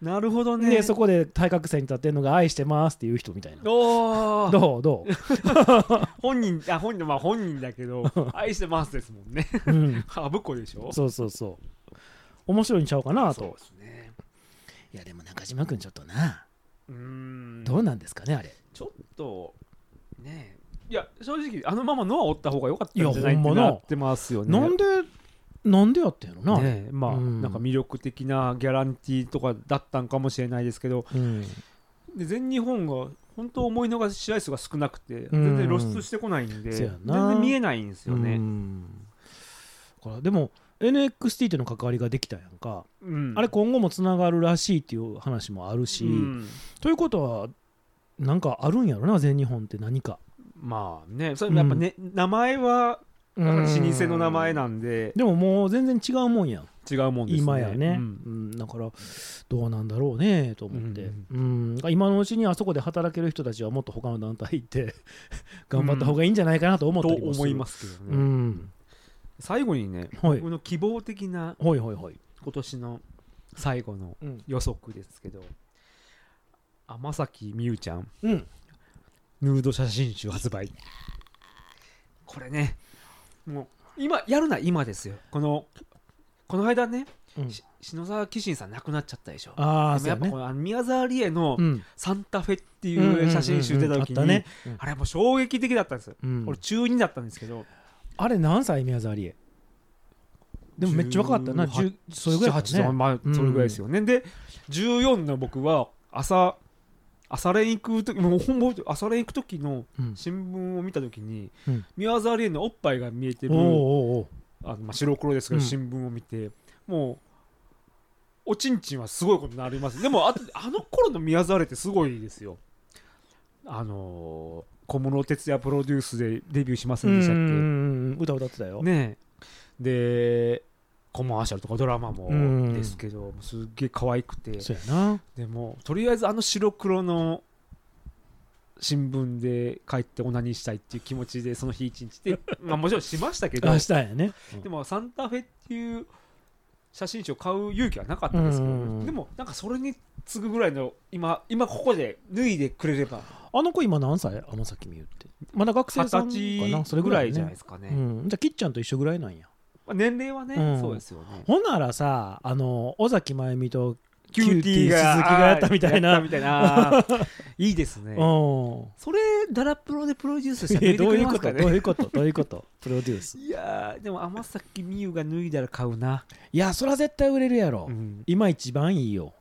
Speaker 3: なるほどね。
Speaker 4: でそこで対角線に立ってるのが愛してますっていう人みたい な
Speaker 3: おー
Speaker 4: どうど
Speaker 3: 本人あ本人まあ本人だけど愛してますですもんね。
Speaker 4: う、うん、
Speaker 3: あぶっこでしょ。
Speaker 4: そうそうそう面白いんちゃうかなと
Speaker 3: そうですね。
Speaker 4: いやでも中島君ちょっとな
Speaker 3: うーん。
Speaker 4: どうなんですかねあれ
Speaker 3: ちょっとねいや正直あのままノアおった方が良かったんじゃな
Speaker 4: い
Speaker 3: いっ
Speaker 4: やほんま
Speaker 3: て
Speaker 4: な
Speaker 3: なってますよね
Speaker 4: なんでなんでやってんのな、
Speaker 3: ねまあ、
Speaker 4: うん
Speaker 3: なんか魅力的なギャランティーとかだったんかもしれないですけど
Speaker 4: うん
Speaker 3: で全日本が本当思い逃し試合数が少なくて
Speaker 4: ん
Speaker 3: 全然露出してこないんで、
Speaker 4: そうや
Speaker 3: 全
Speaker 4: な
Speaker 3: 然見えないんですよ
Speaker 4: う
Speaker 3: ね、
Speaker 4: んだからでも NXT との関わりができたやんか、
Speaker 3: うん
Speaker 4: あれ今後もつながるらしいっていう話もあるし、
Speaker 3: うん
Speaker 4: ということはなんかあるんやろな全日本って何か
Speaker 3: まあねそれもやっぱね、名前は
Speaker 4: だ
Speaker 3: だから老舗の名前なんで、
Speaker 4: でももう全然違うもんやん
Speaker 3: 違うもんですね
Speaker 4: 今やね、
Speaker 3: う
Speaker 4: うん
Speaker 3: ん
Speaker 4: だからどうなんだろうねと思って、
Speaker 3: うん
Speaker 4: うん今のうちにあそこで働ける人たちはもっと他の団体行って 頑張った方がいいんじゃないかなと思っ
Speaker 3: と
Speaker 4: たりもす
Speaker 3: 思
Speaker 4: る
Speaker 3: いますけど
Speaker 4: う
Speaker 3: ね、
Speaker 4: ん
Speaker 3: 最後にね、
Speaker 4: はい
Speaker 3: この希望的な
Speaker 4: ほいほいほい、
Speaker 3: 今年の最後の
Speaker 4: うん
Speaker 3: 予測ですけど天崎美優ちゃん
Speaker 4: うん、
Speaker 3: ヌード写真集発売これねもう今やるな今ですよこのこの間ね、
Speaker 4: うん
Speaker 3: し篠沢紀信さん亡くなっちゃったでしょ
Speaker 4: ああ
Speaker 3: で
Speaker 4: そうや
Speaker 3: もやっぱ
Speaker 4: ね
Speaker 3: このあの宮沢りえの
Speaker 4: うん
Speaker 3: 「サンタフェ」っていう写真集出た時
Speaker 4: うんうんうんうんあっ
Speaker 3: に
Speaker 4: たね
Speaker 3: あれもう衝撃的だったんですよ
Speaker 4: うん
Speaker 3: 俺中2だったんですけど
Speaker 4: あれ何歳宮沢りえでもめっちゃ若かったよな
Speaker 3: 18
Speaker 4: 10それぐらいだった
Speaker 3: 7 8
Speaker 4: よ
Speaker 3: と
Speaker 4: ね
Speaker 3: ま
Speaker 4: う
Speaker 3: あ
Speaker 4: ん
Speaker 3: それぐらいですよね、で14の僕は朝朝練行く時もうほんま朝練行く時の
Speaker 4: うん
Speaker 3: 新聞を見た時に、
Speaker 4: うん
Speaker 3: 宮沢りえのおっぱいが見えて
Speaker 4: おう
Speaker 3: る
Speaker 4: おうおう
Speaker 3: あの、まあ、白黒ですけど
Speaker 4: うん
Speaker 3: 新聞を見て、もうおちんちんはすごいことになりますでもあと あの頃の宮沢りえってすごいですよあのー小室哲哉プロデュースでデビューしませんでしたっけ、
Speaker 4: うんうんうんうん歌歌ってたよ、
Speaker 3: ねえでコマーシャルとかドラマも
Speaker 4: うん
Speaker 3: ですけど、もうすっげえ可愛くて
Speaker 4: そうやな
Speaker 3: でもとりあえずあの白黒の新聞で帰ってオナニーしたいっていう気持ちでその日一日 でまあもちろんしましたけど
Speaker 4: あしたんやね
Speaker 3: でもサンタフェっていう写真集を買う勇気はなかったですけど、
Speaker 4: うん
Speaker 3: でもなんかそれに次ぐぐらいの今今ここで脱いでくれれば
Speaker 4: あの子今何歳天崎美優ってまだ学生
Speaker 3: 二
Speaker 4: さん
Speaker 3: 十
Speaker 4: かなそ
Speaker 3: 歳
Speaker 4: れ
Speaker 3: ぐ
Speaker 4: ぐ
Speaker 3: ら
Speaker 4: ら
Speaker 3: い
Speaker 4: い
Speaker 3: じ
Speaker 4: じゃ
Speaker 3: ゃな
Speaker 4: ないい
Speaker 3: で
Speaker 4: です
Speaker 3: か
Speaker 4: す
Speaker 3: ね、
Speaker 4: か、うん、じゃあきっちゃんと一緒ぐらいなんや
Speaker 3: まあ年齢はね、
Speaker 4: うん
Speaker 3: そうですよね
Speaker 4: ほんならさあの尾崎真由美と
Speaker 3: キューティ
Speaker 4: キューティ
Speaker 3: ーが
Speaker 4: ー鈴木がやったみたいな
Speaker 3: やったみたいな いいですね
Speaker 4: うん
Speaker 3: それダラプロでプロデュ ースしたら
Speaker 4: え
Speaker 3: 抜いて
Speaker 4: ど
Speaker 3: く
Speaker 4: うい
Speaker 3: れ
Speaker 4: う
Speaker 3: ま
Speaker 4: こ
Speaker 3: すか
Speaker 4: と
Speaker 3: ね
Speaker 4: どういうことどういうことプロデュース
Speaker 3: いやーでも天崎美優が脱いだら買うな、
Speaker 4: いやそら絶対売れるやろ、
Speaker 3: ん、
Speaker 4: 今一番いいよ、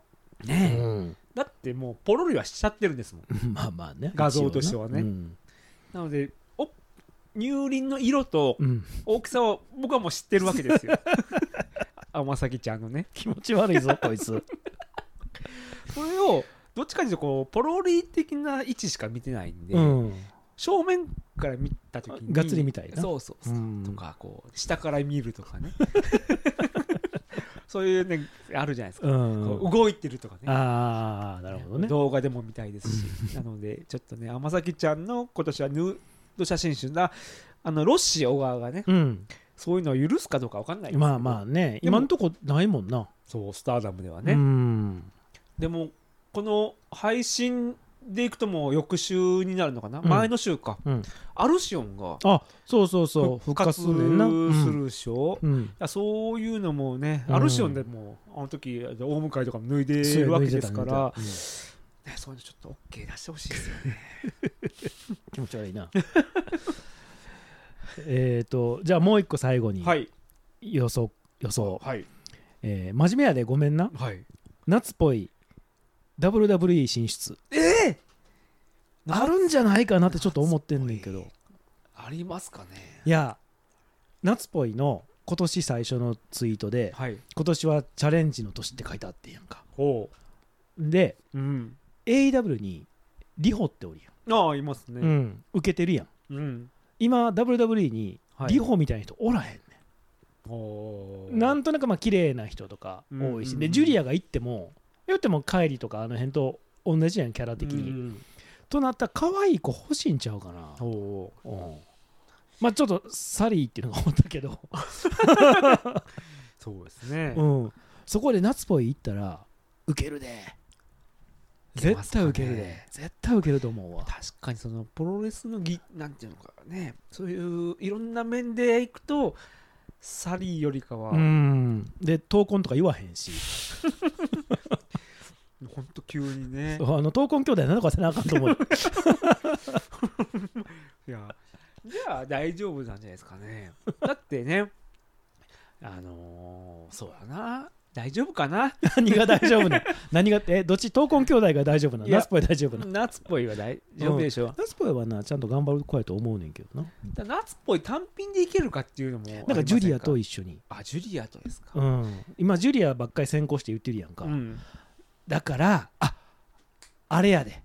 Speaker 4: う
Speaker 3: ねえ、
Speaker 4: ん、
Speaker 3: だってもうポロリはしちゃってるんですも ん
Speaker 4: まあまあね
Speaker 3: 画像としてはね
Speaker 4: 一応な
Speaker 3: なのでお乳輪の色と
Speaker 4: うんうん
Speaker 3: 大きさを僕はもう知ってるわけ ですよ天崎ちゃんのね
Speaker 4: 気持ち悪い ぞこいつ
Speaker 3: それをどっちかというとこうポロリ的な位置しか見てないんで、
Speaker 4: うん
Speaker 3: 正面から見た時に
Speaker 4: がっつり見たいな
Speaker 3: そうそうそう、
Speaker 4: うん
Speaker 3: とかこう下から見るとか ねそういうねあるじゃないですか、
Speaker 4: うん
Speaker 3: こう動いてるとかね
Speaker 4: ああなるほどね
Speaker 3: 動画でも見たいですしなのでちょっとね天崎ちゃんの今年はヌード写真集なあのロッシー小川がね
Speaker 4: うん
Speaker 3: そういうのを許すかどうかわかんないですけど
Speaker 4: まあまあね
Speaker 3: でも
Speaker 4: 今んとこないもんな
Speaker 3: そうスターダムではね、
Speaker 4: うん
Speaker 3: でもこの配信でいくともう翌週になるのかな、
Speaker 4: うん
Speaker 3: 前の週か、
Speaker 4: うん
Speaker 3: アルシオンが
Speaker 4: あそうそうそう復活するねんな
Speaker 3: 復活するでしょ、
Speaker 4: うんうん
Speaker 3: いやそういうのもね、
Speaker 4: うん
Speaker 3: アルシオンでもあの時大迎えとかも脱いで
Speaker 4: そう
Speaker 3: るわけですか
Speaker 4: 抜
Speaker 3: ら
Speaker 4: いて、た抜いてた
Speaker 3: ね、そういうのちょっと OK 出してほしいですよね。
Speaker 4: うん気持ち悪い なえっとじゃあもう一個最後に
Speaker 3: はい
Speaker 4: 予想予想
Speaker 3: はい
Speaker 4: えー真面目やでごめんな
Speaker 3: はい。
Speaker 4: 夏っぽい WWE 進出
Speaker 3: ええ
Speaker 4: あるんじゃないかなってちょっと思ってんねんけど
Speaker 3: ありますかね。
Speaker 4: いや夏っぽいの今年最初のツイートで
Speaker 3: はい。
Speaker 4: 今年はチャレンジの年って書いてあってんやんか
Speaker 3: ほ
Speaker 4: で
Speaker 3: う。うん。
Speaker 4: AEW にリホっておるや
Speaker 3: ああいます
Speaker 4: ん、
Speaker 3: ね。
Speaker 4: うん受けてるやん
Speaker 3: うん。
Speaker 4: 今 WWE に
Speaker 3: はい
Speaker 4: リホみたいな人おらへんね
Speaker 3: お
Speaker 4: ん、なんとなくまあ綺麗な人とか多いし、
Speaker 3: うんうんう
Speaker 4: で
Speaker 3: ん
Speaker 4: ジュリアが行っても言ってもカイリとかあの辺と同じやんキャラ的に、
Speaker 3: うん
Speaker 4: となったら可愛い子欲しいんちゃうかな
Speaker 3: ほう
Speaker 4: うんまあちょっとサリーっていうのがおったけど、
Speaker 3: そうですね。
Speaker 4: うん、そこで夏っぽい行ったら受けるで
Speaker 3: 受けます
Speaker 4: 絶
Speaker 3: か
Speaker 4: 対
Speaker 3: ね
Speaker 4: 受けるで、絶対受けると思うわ
Speaker 3: 確かにそのプロレスのぎなんていうのかねそういういろんな面でいくとサリーよりかは、
Speaker 4: うんで闘魂とか言わへんし
Speaker 3: ほんと急にね
Speaker 4: あの闘魂兄弟なんとかせなあかんと思うよ
Speaker 3: いいやじゃあ大丈夫なんじゃないですかねだってね あのーそうやな大丈夫かな
Speaker 4: 何が大丈夫なの何がえどっち闘魂兄弟が大丈夫なの
Speaker 3: いや
Speaker 4: ナスポイ大丈夫なの
Speaker 3: 夏っぽいは大丈夫でしょ、
Speaker 4: ナスポイはなちゃんと頑張る子やと思うねんけどな
Speaker 3: だから夏っぽい単品でいけるかっていうのも
Speaker 4: なんかジュリアと
Speaker 3: あり
Speaker 4: 一緒に、
Speaker 3: ませんかあジュリアとですか、
Speaker 4: うん、今ジュリアばっかり先行して言ってるやんか、
Speaker 3: うん
Speaker 4: だからああれやで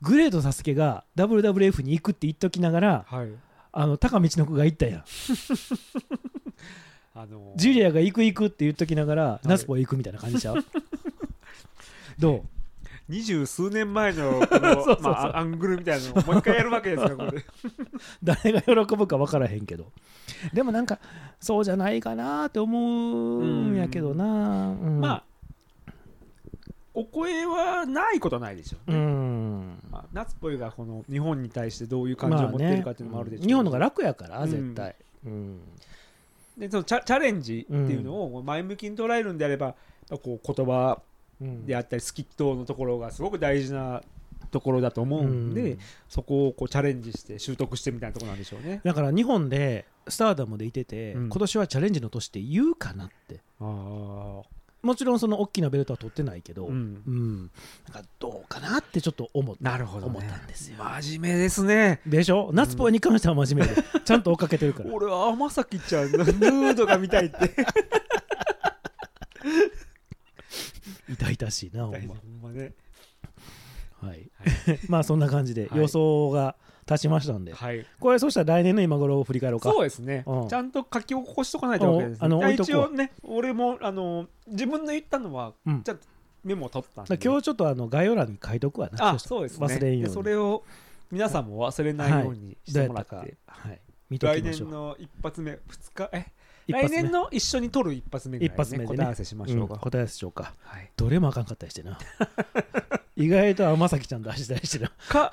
Speaker 4: グレートサスケが WWF に行くって言っときながら
Speaker 3: はい
Speaker 4: あの高道の子が行ったやん
Speaker 3: あのー
Speaker 4: ジュリアが行く行くって言っときながらナスポイ行くみたいな感じちゃうどう
Speaker 3: 二十数年前のこの
Speaker 4: そうそうそう
Speaker 3: まあ、アングルみたいなのをもう一回やるわけですよこれ
Speaker 4: 誰が喜ぶか分からへんけどでもなんかそうじゃないかなって思うんやけどな、うん
Speaker 3: まあお声はないことはないでしょう
Speaker 4: う
Speaker 3: ね、
Speaker 4: ん
Speaker 3: まあ、夏っぽいがこの日本に対してどういう感情を持ってるかっていうのもあるでしょう
Speaker 4: まあね日本の
Speaker 3: が
Speaker 4: 方が楽やから
Speaker 3: うん
Speaker 4: 絶対、うん
Speaker 3: でそのチャチャレンジっていうのを前向きに捉えるんであれば、やっぱこう言葉
Speaker 4: うん
Speaker 3: であったりスキットのところがすごく大事なところだと思うんで、
Speaker 4: うん
Speaker 3: そこをこうチャレンジして習得してみたいなところなんでしょうね。
Speaker 4: だから日本でスターダムでいてて、
Speaker 3: うん
Speaker 4: 今年はチャレンジの年って言うかなって
Speaker 3: あ
Speaker 4: もちろんその大きなベルトは取ってないけど、
Speaker 3: う
Speaker 4: うん
Speaker 3: ん、
Speaker 4: なんかどうかなってちょっと思った
Speaker 3: なるほど、ね、
Speaker 4: 思ったんですよ
Speaker 3: 真面目ですね。
Speaker 4: でしょ夏ポエに関しては真面目で、ちゃんと追っかけてるから
Speaker 3: 俺は天崎ちゃんのヌードが見たいって。
Speaker 4: 痛々しい なほんま
Speaker 3: ほんまね。
Speaker 4: はい、 まあそんな感じで
Speaker 3: はい
Speaker 4: 予想が立ちましたんで、
Speaker 3: はい。
Speaker 4: これそしたら来年の今頃を振り返ろうか
Speaker 3: そうですね、
Speaker 4: うん
Speaker 3: ちゃんと書き起こしとかないとわけです、ね、
Speaker 4: うんあの
Speaker 3: いや
Speaker 4: 置いと
Speaker 3: 一
Speaker 4: こう
Speaker 3: 応ね俺もあの自分の言ったのは、
Speaker 4: うん
Speaker 3: ちゃんとメモを取ったんで
Speaker 4: だから今日ちょっとあの概要欄に書いとくわな
Speaker 3: あそうですね
Speaker 4: 忘れんように
Speaker 3: でそれを皆さんも忘れないようにしてもらって、
Speaker 4: どうやったか、はい、見と
Speaker 3: 来
Speaker 4: きましょ
Speaker 3: 年
Speaker 4: う
Speaker 3: の一発目二日え
Speaker 4: 一
Speaker 3: 来
Speaker 4: 発目
Speaker 3: 年の一緒に取る一発目ぐらい、ね、
Speaker 4: 一発目でね
Speaker 3: 答え合わせしましょうか、
Speaker 4: うん答え合わせしようか
Speaker 3: はい、
Speaker 4: どれもあかんかったりして な意外と天咲ちゃんと足したりして
Speaker 3: か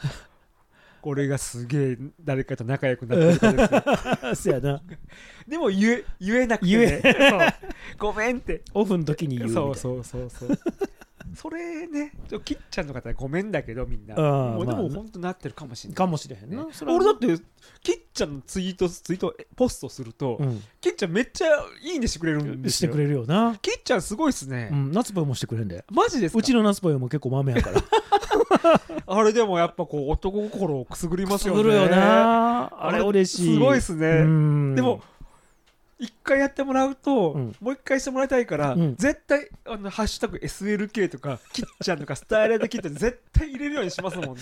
Speaker 3: 俺がすげえ誰かと仲良くなってるか です
Speaker 4: な
Speaker 3: よ
Speaker 4: そやな
Speaker 3: でも言え言えなくて、
Speaker 4: 言
Speaker 3: えごめんって
Speaker 4: オフの時に言うみたいな
Speaker 3: そうそうそうそう それねちょきっちゃんの方ごめんだけどみんな
Speaker 4: ああ
Speaker 3: もうで
Speaker 4: まあ
Speaker 3: も
Speaker 4: ね
Speaker 3: 本当なってるかもしれない
Speaker 4: かもしれへんな、
Speaker 3: ね
Speaker 4: それは
Speaker 3: 俺だってきっちゃんのツイートツイートえポストすると、
Speaker 4: う
Speaker 3: きっちゃんめっちゃいいねしてくれるん
Speaker 4: ん、
Speaker 3: で
Speaker 4: し
Speaker 3: す
Speaker 4: て
Speaker 3: よ
Speaker 4: くれるよな、
Speaker 3: きっちゃんすごいっすね、
Speaker 4: うん、夏ぽよもしてくれるんで
Speaker 3: マジですか
Speaker 4: うちの夏ぽよも結構豆やから
Speaker 3: あれでもやっぱこう男心をくすぐりますよね
Speaker 4: くすぐるよなあれ嬉しい
Speaker 3: すごいっすね、
Speaker 4: うん
Speaker 3: でも一回やってもらうと、
Speaker 4: うん
Speaker 3: もう一回してもらいたいから、
Speaker 4: うん
Speaker 3: 絶対あの「ハッシュタグ #SLK」とか「きっちゃん」とか「スタイルでキッチャン」絶対入れるようにしますもんね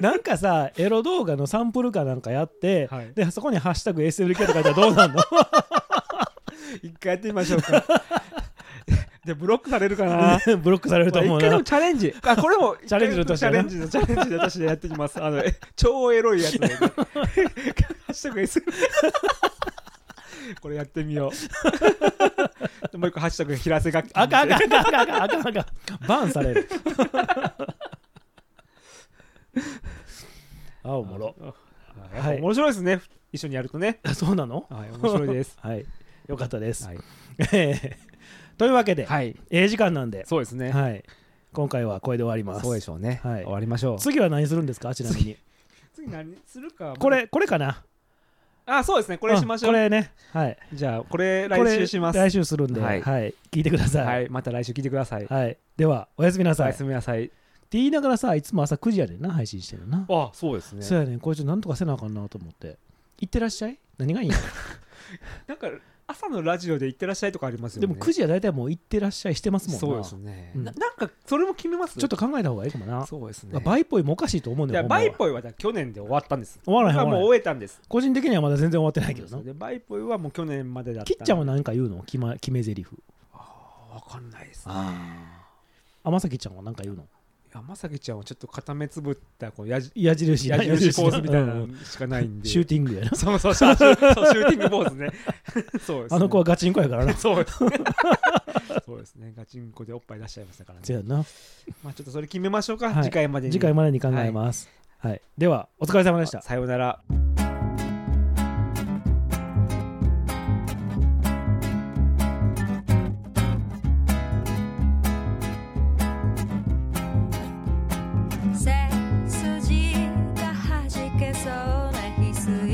Speaker 4: なんかさエロ動画のサンプルかなんかやって、
Speaker 3: はい
Speaker 4: でそこに「ハッシュタグ #SLK」とか言ったらどうなんの
Speaker 3: 一回やってみましょ うかでブロックされるかな
Speaker 4: ブロックされると
Speaker 3: まあ
Speaker 4: 思う
Speaker 3: 一回で
Speaker 4: な
Speaker 3: もチャレンジあこれも
Speaker 4: チャレンジの年
Speaker 3: チ
Speaker 4: だ
Speaker 3: ャ
Speaker 4: な
Speaker 3: レンジのチャレンジで私でやってきますあのえ超エロいやつで、ね、ハッシュタグ S これやってみようもう一個ハッシュタグ平瀬楽器
Speaker 4: あかんあかんあかんあかんあかんあかんバンされるあおもろ
Speaker 3: は、
Speaker 4: はいい
Speaker 3: 面白いですね一緒にやるとね
Speaker 4: あそうなの
Speaker 3: はい面白いです
Speaker 4: はいよかったです、
Speaker 3: い、
Speaker 4: というわけで、
Speaker 3: はい、
Speaker 4: ええ時間なんで、
Speaker 3: そうですね、
Speaker 4: はい、今回はこれで終わります
Speaker 3: そうでしょうね、
Speaker 4: はい
Speaker 3: 終わりましょう
Speaker 4: 次は何するんですかちなみに
Speaker 3: 次何するか
Speaker 4: これこれかな
Speaker 3: あそうですねこれしましょう、
Speaker 4: んこれねはい
Speaker 3: じゃあこれ
Speaker 4: こ
Speaker 3: 来
Speaker 4: れ
Speaker 3: 週します
Speaker 4: 来週するんで、
Speaker 3: は
Speaker 4: はいい聞いてください、
Speaker 3: は
Speaker 4: はい
Speaker 3: いまた来週聞いてください、
Speaker 4: ではおやすみな
Speaker 3: お
Speaker 4: さい
Speaker 3: や
Speaker 4: って
Speaker 3: すみなさい
Speaker 4: 言いながらさいつも朝9時やでな配信してるな、
Speaker 3: あそうですね
Speaker 4: そうやねんこれちょっとなんとかせなあかんなと思って行ってらっしゃい何がいいんや
Speaker 3: なんか朝のラジオで行ってらっしゃいとかありますよね
Speaker 4: でも9時は大体もう行ってらっしゃいしてますもんな
Speaker 3: そうですね、
Speaker 4: うん
Speaker 3: ななんかそれも決めます
Speaker 4: ちょっと考えた方がいいかもな、
Speaker 3: そうですね
Speaker 4: 倍バイポイもおかしいと思う
Speaker 3: い
Speaker 4: ねん
Speaker 3: や
Speaker 4: ほんまは
Speaker 3: バイポイはだから去年で終わったんです
Speaker 4: 終わらへん
Speaker 3: 僕は
Speaker 4: 終わらへ
Speaker 3: もうん終えたんです
Speaker 4: 個人的にはまだ全然終わってないけどな
Speaker 3: でバイポイはもう去年までだった
Speaker 4: きっちゃんは
Speaker 3: な
Speaker 4: 何か言うの決,、ま、決め台詞
Speaker 3: 分かんないです
Speaker 4: あ天咲ちゃんは何か言うの
Speaker 3: 山崎ちゃんはちょっと固めつぶったこう矢印
Speaker 4: 矢印
Speaker 3: 矢印ポーズみたいな
Speaker 4: うん
Speaker 3: のしかないんで
Speaker 4: シューティングやな
Speaker 3: そうそうそうシューそうシューティングポー ズねそうですね
Speaker 4: あの子はガチンコやからな
Speaker 3: そうですねそうですねガチンコでおっぱい出しちゃいましたから
Speaker 4: そ
Speaker 3: ね
Speaker 4: やな
Speaker 3: まあちょっとそれ決めましょうか、
Speaker 4: はい
Speaker 3: 次回までに
Speaker 4: 次回までに考えます、はいではお疲れ様でした
Speaker 3: さようなら
Speaker 2: 背筋が弾けそう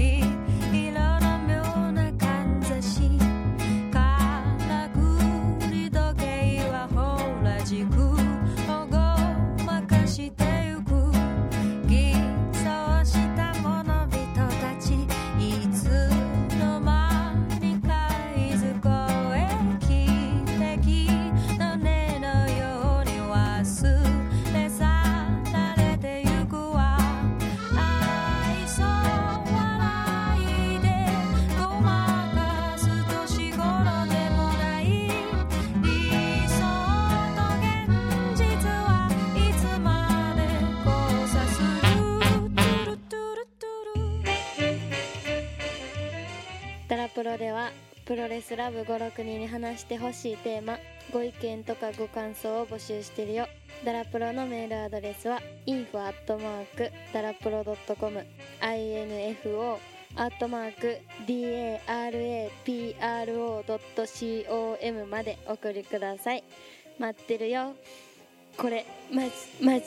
Speaker 6: ロではプロレスラブ56人に話してほしいテーマご意見とかご感想を募集してるよダラプロのメールアドレスは info@ ダラプロ .com info@ アットマーク DARAPRO.com までお送りください待ってるよこれマジマジマジ